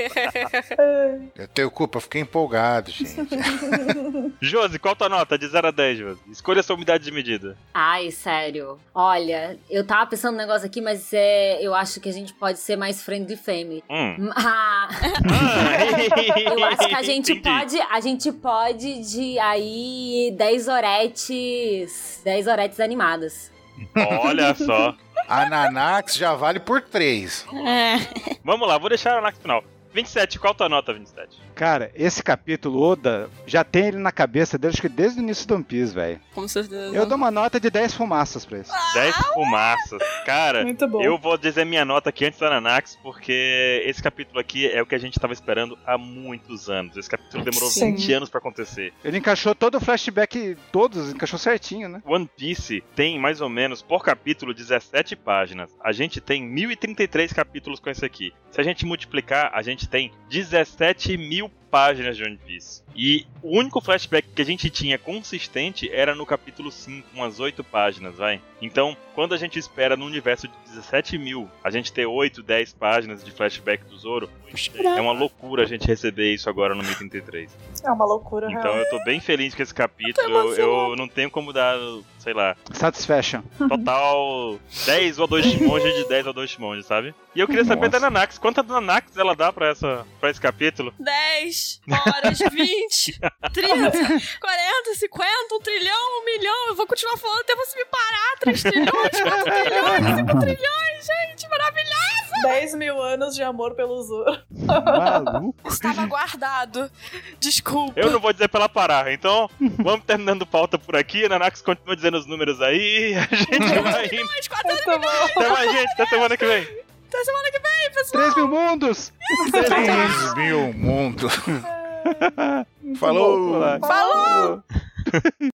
É.
Eu tenho culpa, eu fiquei empolgado, gente.
Josi, qual tua nota? De 0 a 10, Josi. Escolha sua unidade de medida.
Ai, sério. Olha, eu tava pensando um negócio aqui, mas é, eu acho que a gente pode ser mais friendly family.
Hum.
Ah, eu acho que a gente
Entendi.
pode, a gente pode de aí 10 horetes, 10 horetes animadas.
Olha só.
A Nanax já vale por 3.
é.
Vamos lá, vou deixar ela na final. 27, qual tua nota, 27?
Cara, esse capítulo, Oda, já tem ele na cabeça dele, acho que desde o início do One Piece, velho.
Com certeza.
Eu dou uma nota de 10 fumaças pra isso.
10 fumaças. Cara,
Muito bom.
É, eu vou dizer minha nota aqui antes da Nanax, porque esse capítulo aqui é o que a gente tava esperando há muitos anos. Esse capítulo demorou
Sim.
20 anos pra acontecer.
Ele encaixou todo o flashback, todos, encaixou certinho, né?
One Piece tem mais ou menos por capítulo 17 páginas. A gente tem 1033 capítulos com esse aqui. Se a gente multiplicar, a gente tem 17 mil páginas de One Piece. E o único flashback que a gente tinha consistente era no capítulo 5, umas 8 páginas, vai. Então, quando a gente espera no universo de 17 mil, a gente ter 8, 10 páginas de flashback do Zoro, é uma loucura a gente receber isso agora no 1033.
É uma loucura,
Então
realmente.
eu tô bem feliz com esse capítulo. Eu, eu não tenho como dar, sei lá,
Satisfaction.
total 10 ou 2 Shimonji de 10 ou 2 Shimonji, sabe? E eu queria saber
Nossa.
da Nanax, quanta Nanax ela dá pra, essa, pra esse capítulo?
10 horas, 20, 30, 40, 50, um trilhão, um milhão. Eu vou continuar falando até você me parar. 3 trilhões, 4 trilhões, 5 trilhões, gente, maravilhoso.
10 mil anos de amor pelo Zoro.
Maluco.
Estava guardado. Desculpa.
Eu não vou dizer pra ela parar, então vamos terminando pauta por aqui. A Nanax continua dizendo os números aí, a gente vai indo.
Mas quatro-
Muito bom.
Até mais, gente, até semana que vem.
Até semana que vem, pessoal.
3 mil mundos!
3 mil mundo.
Muito
Falou!
bom.
Olá.
Falou!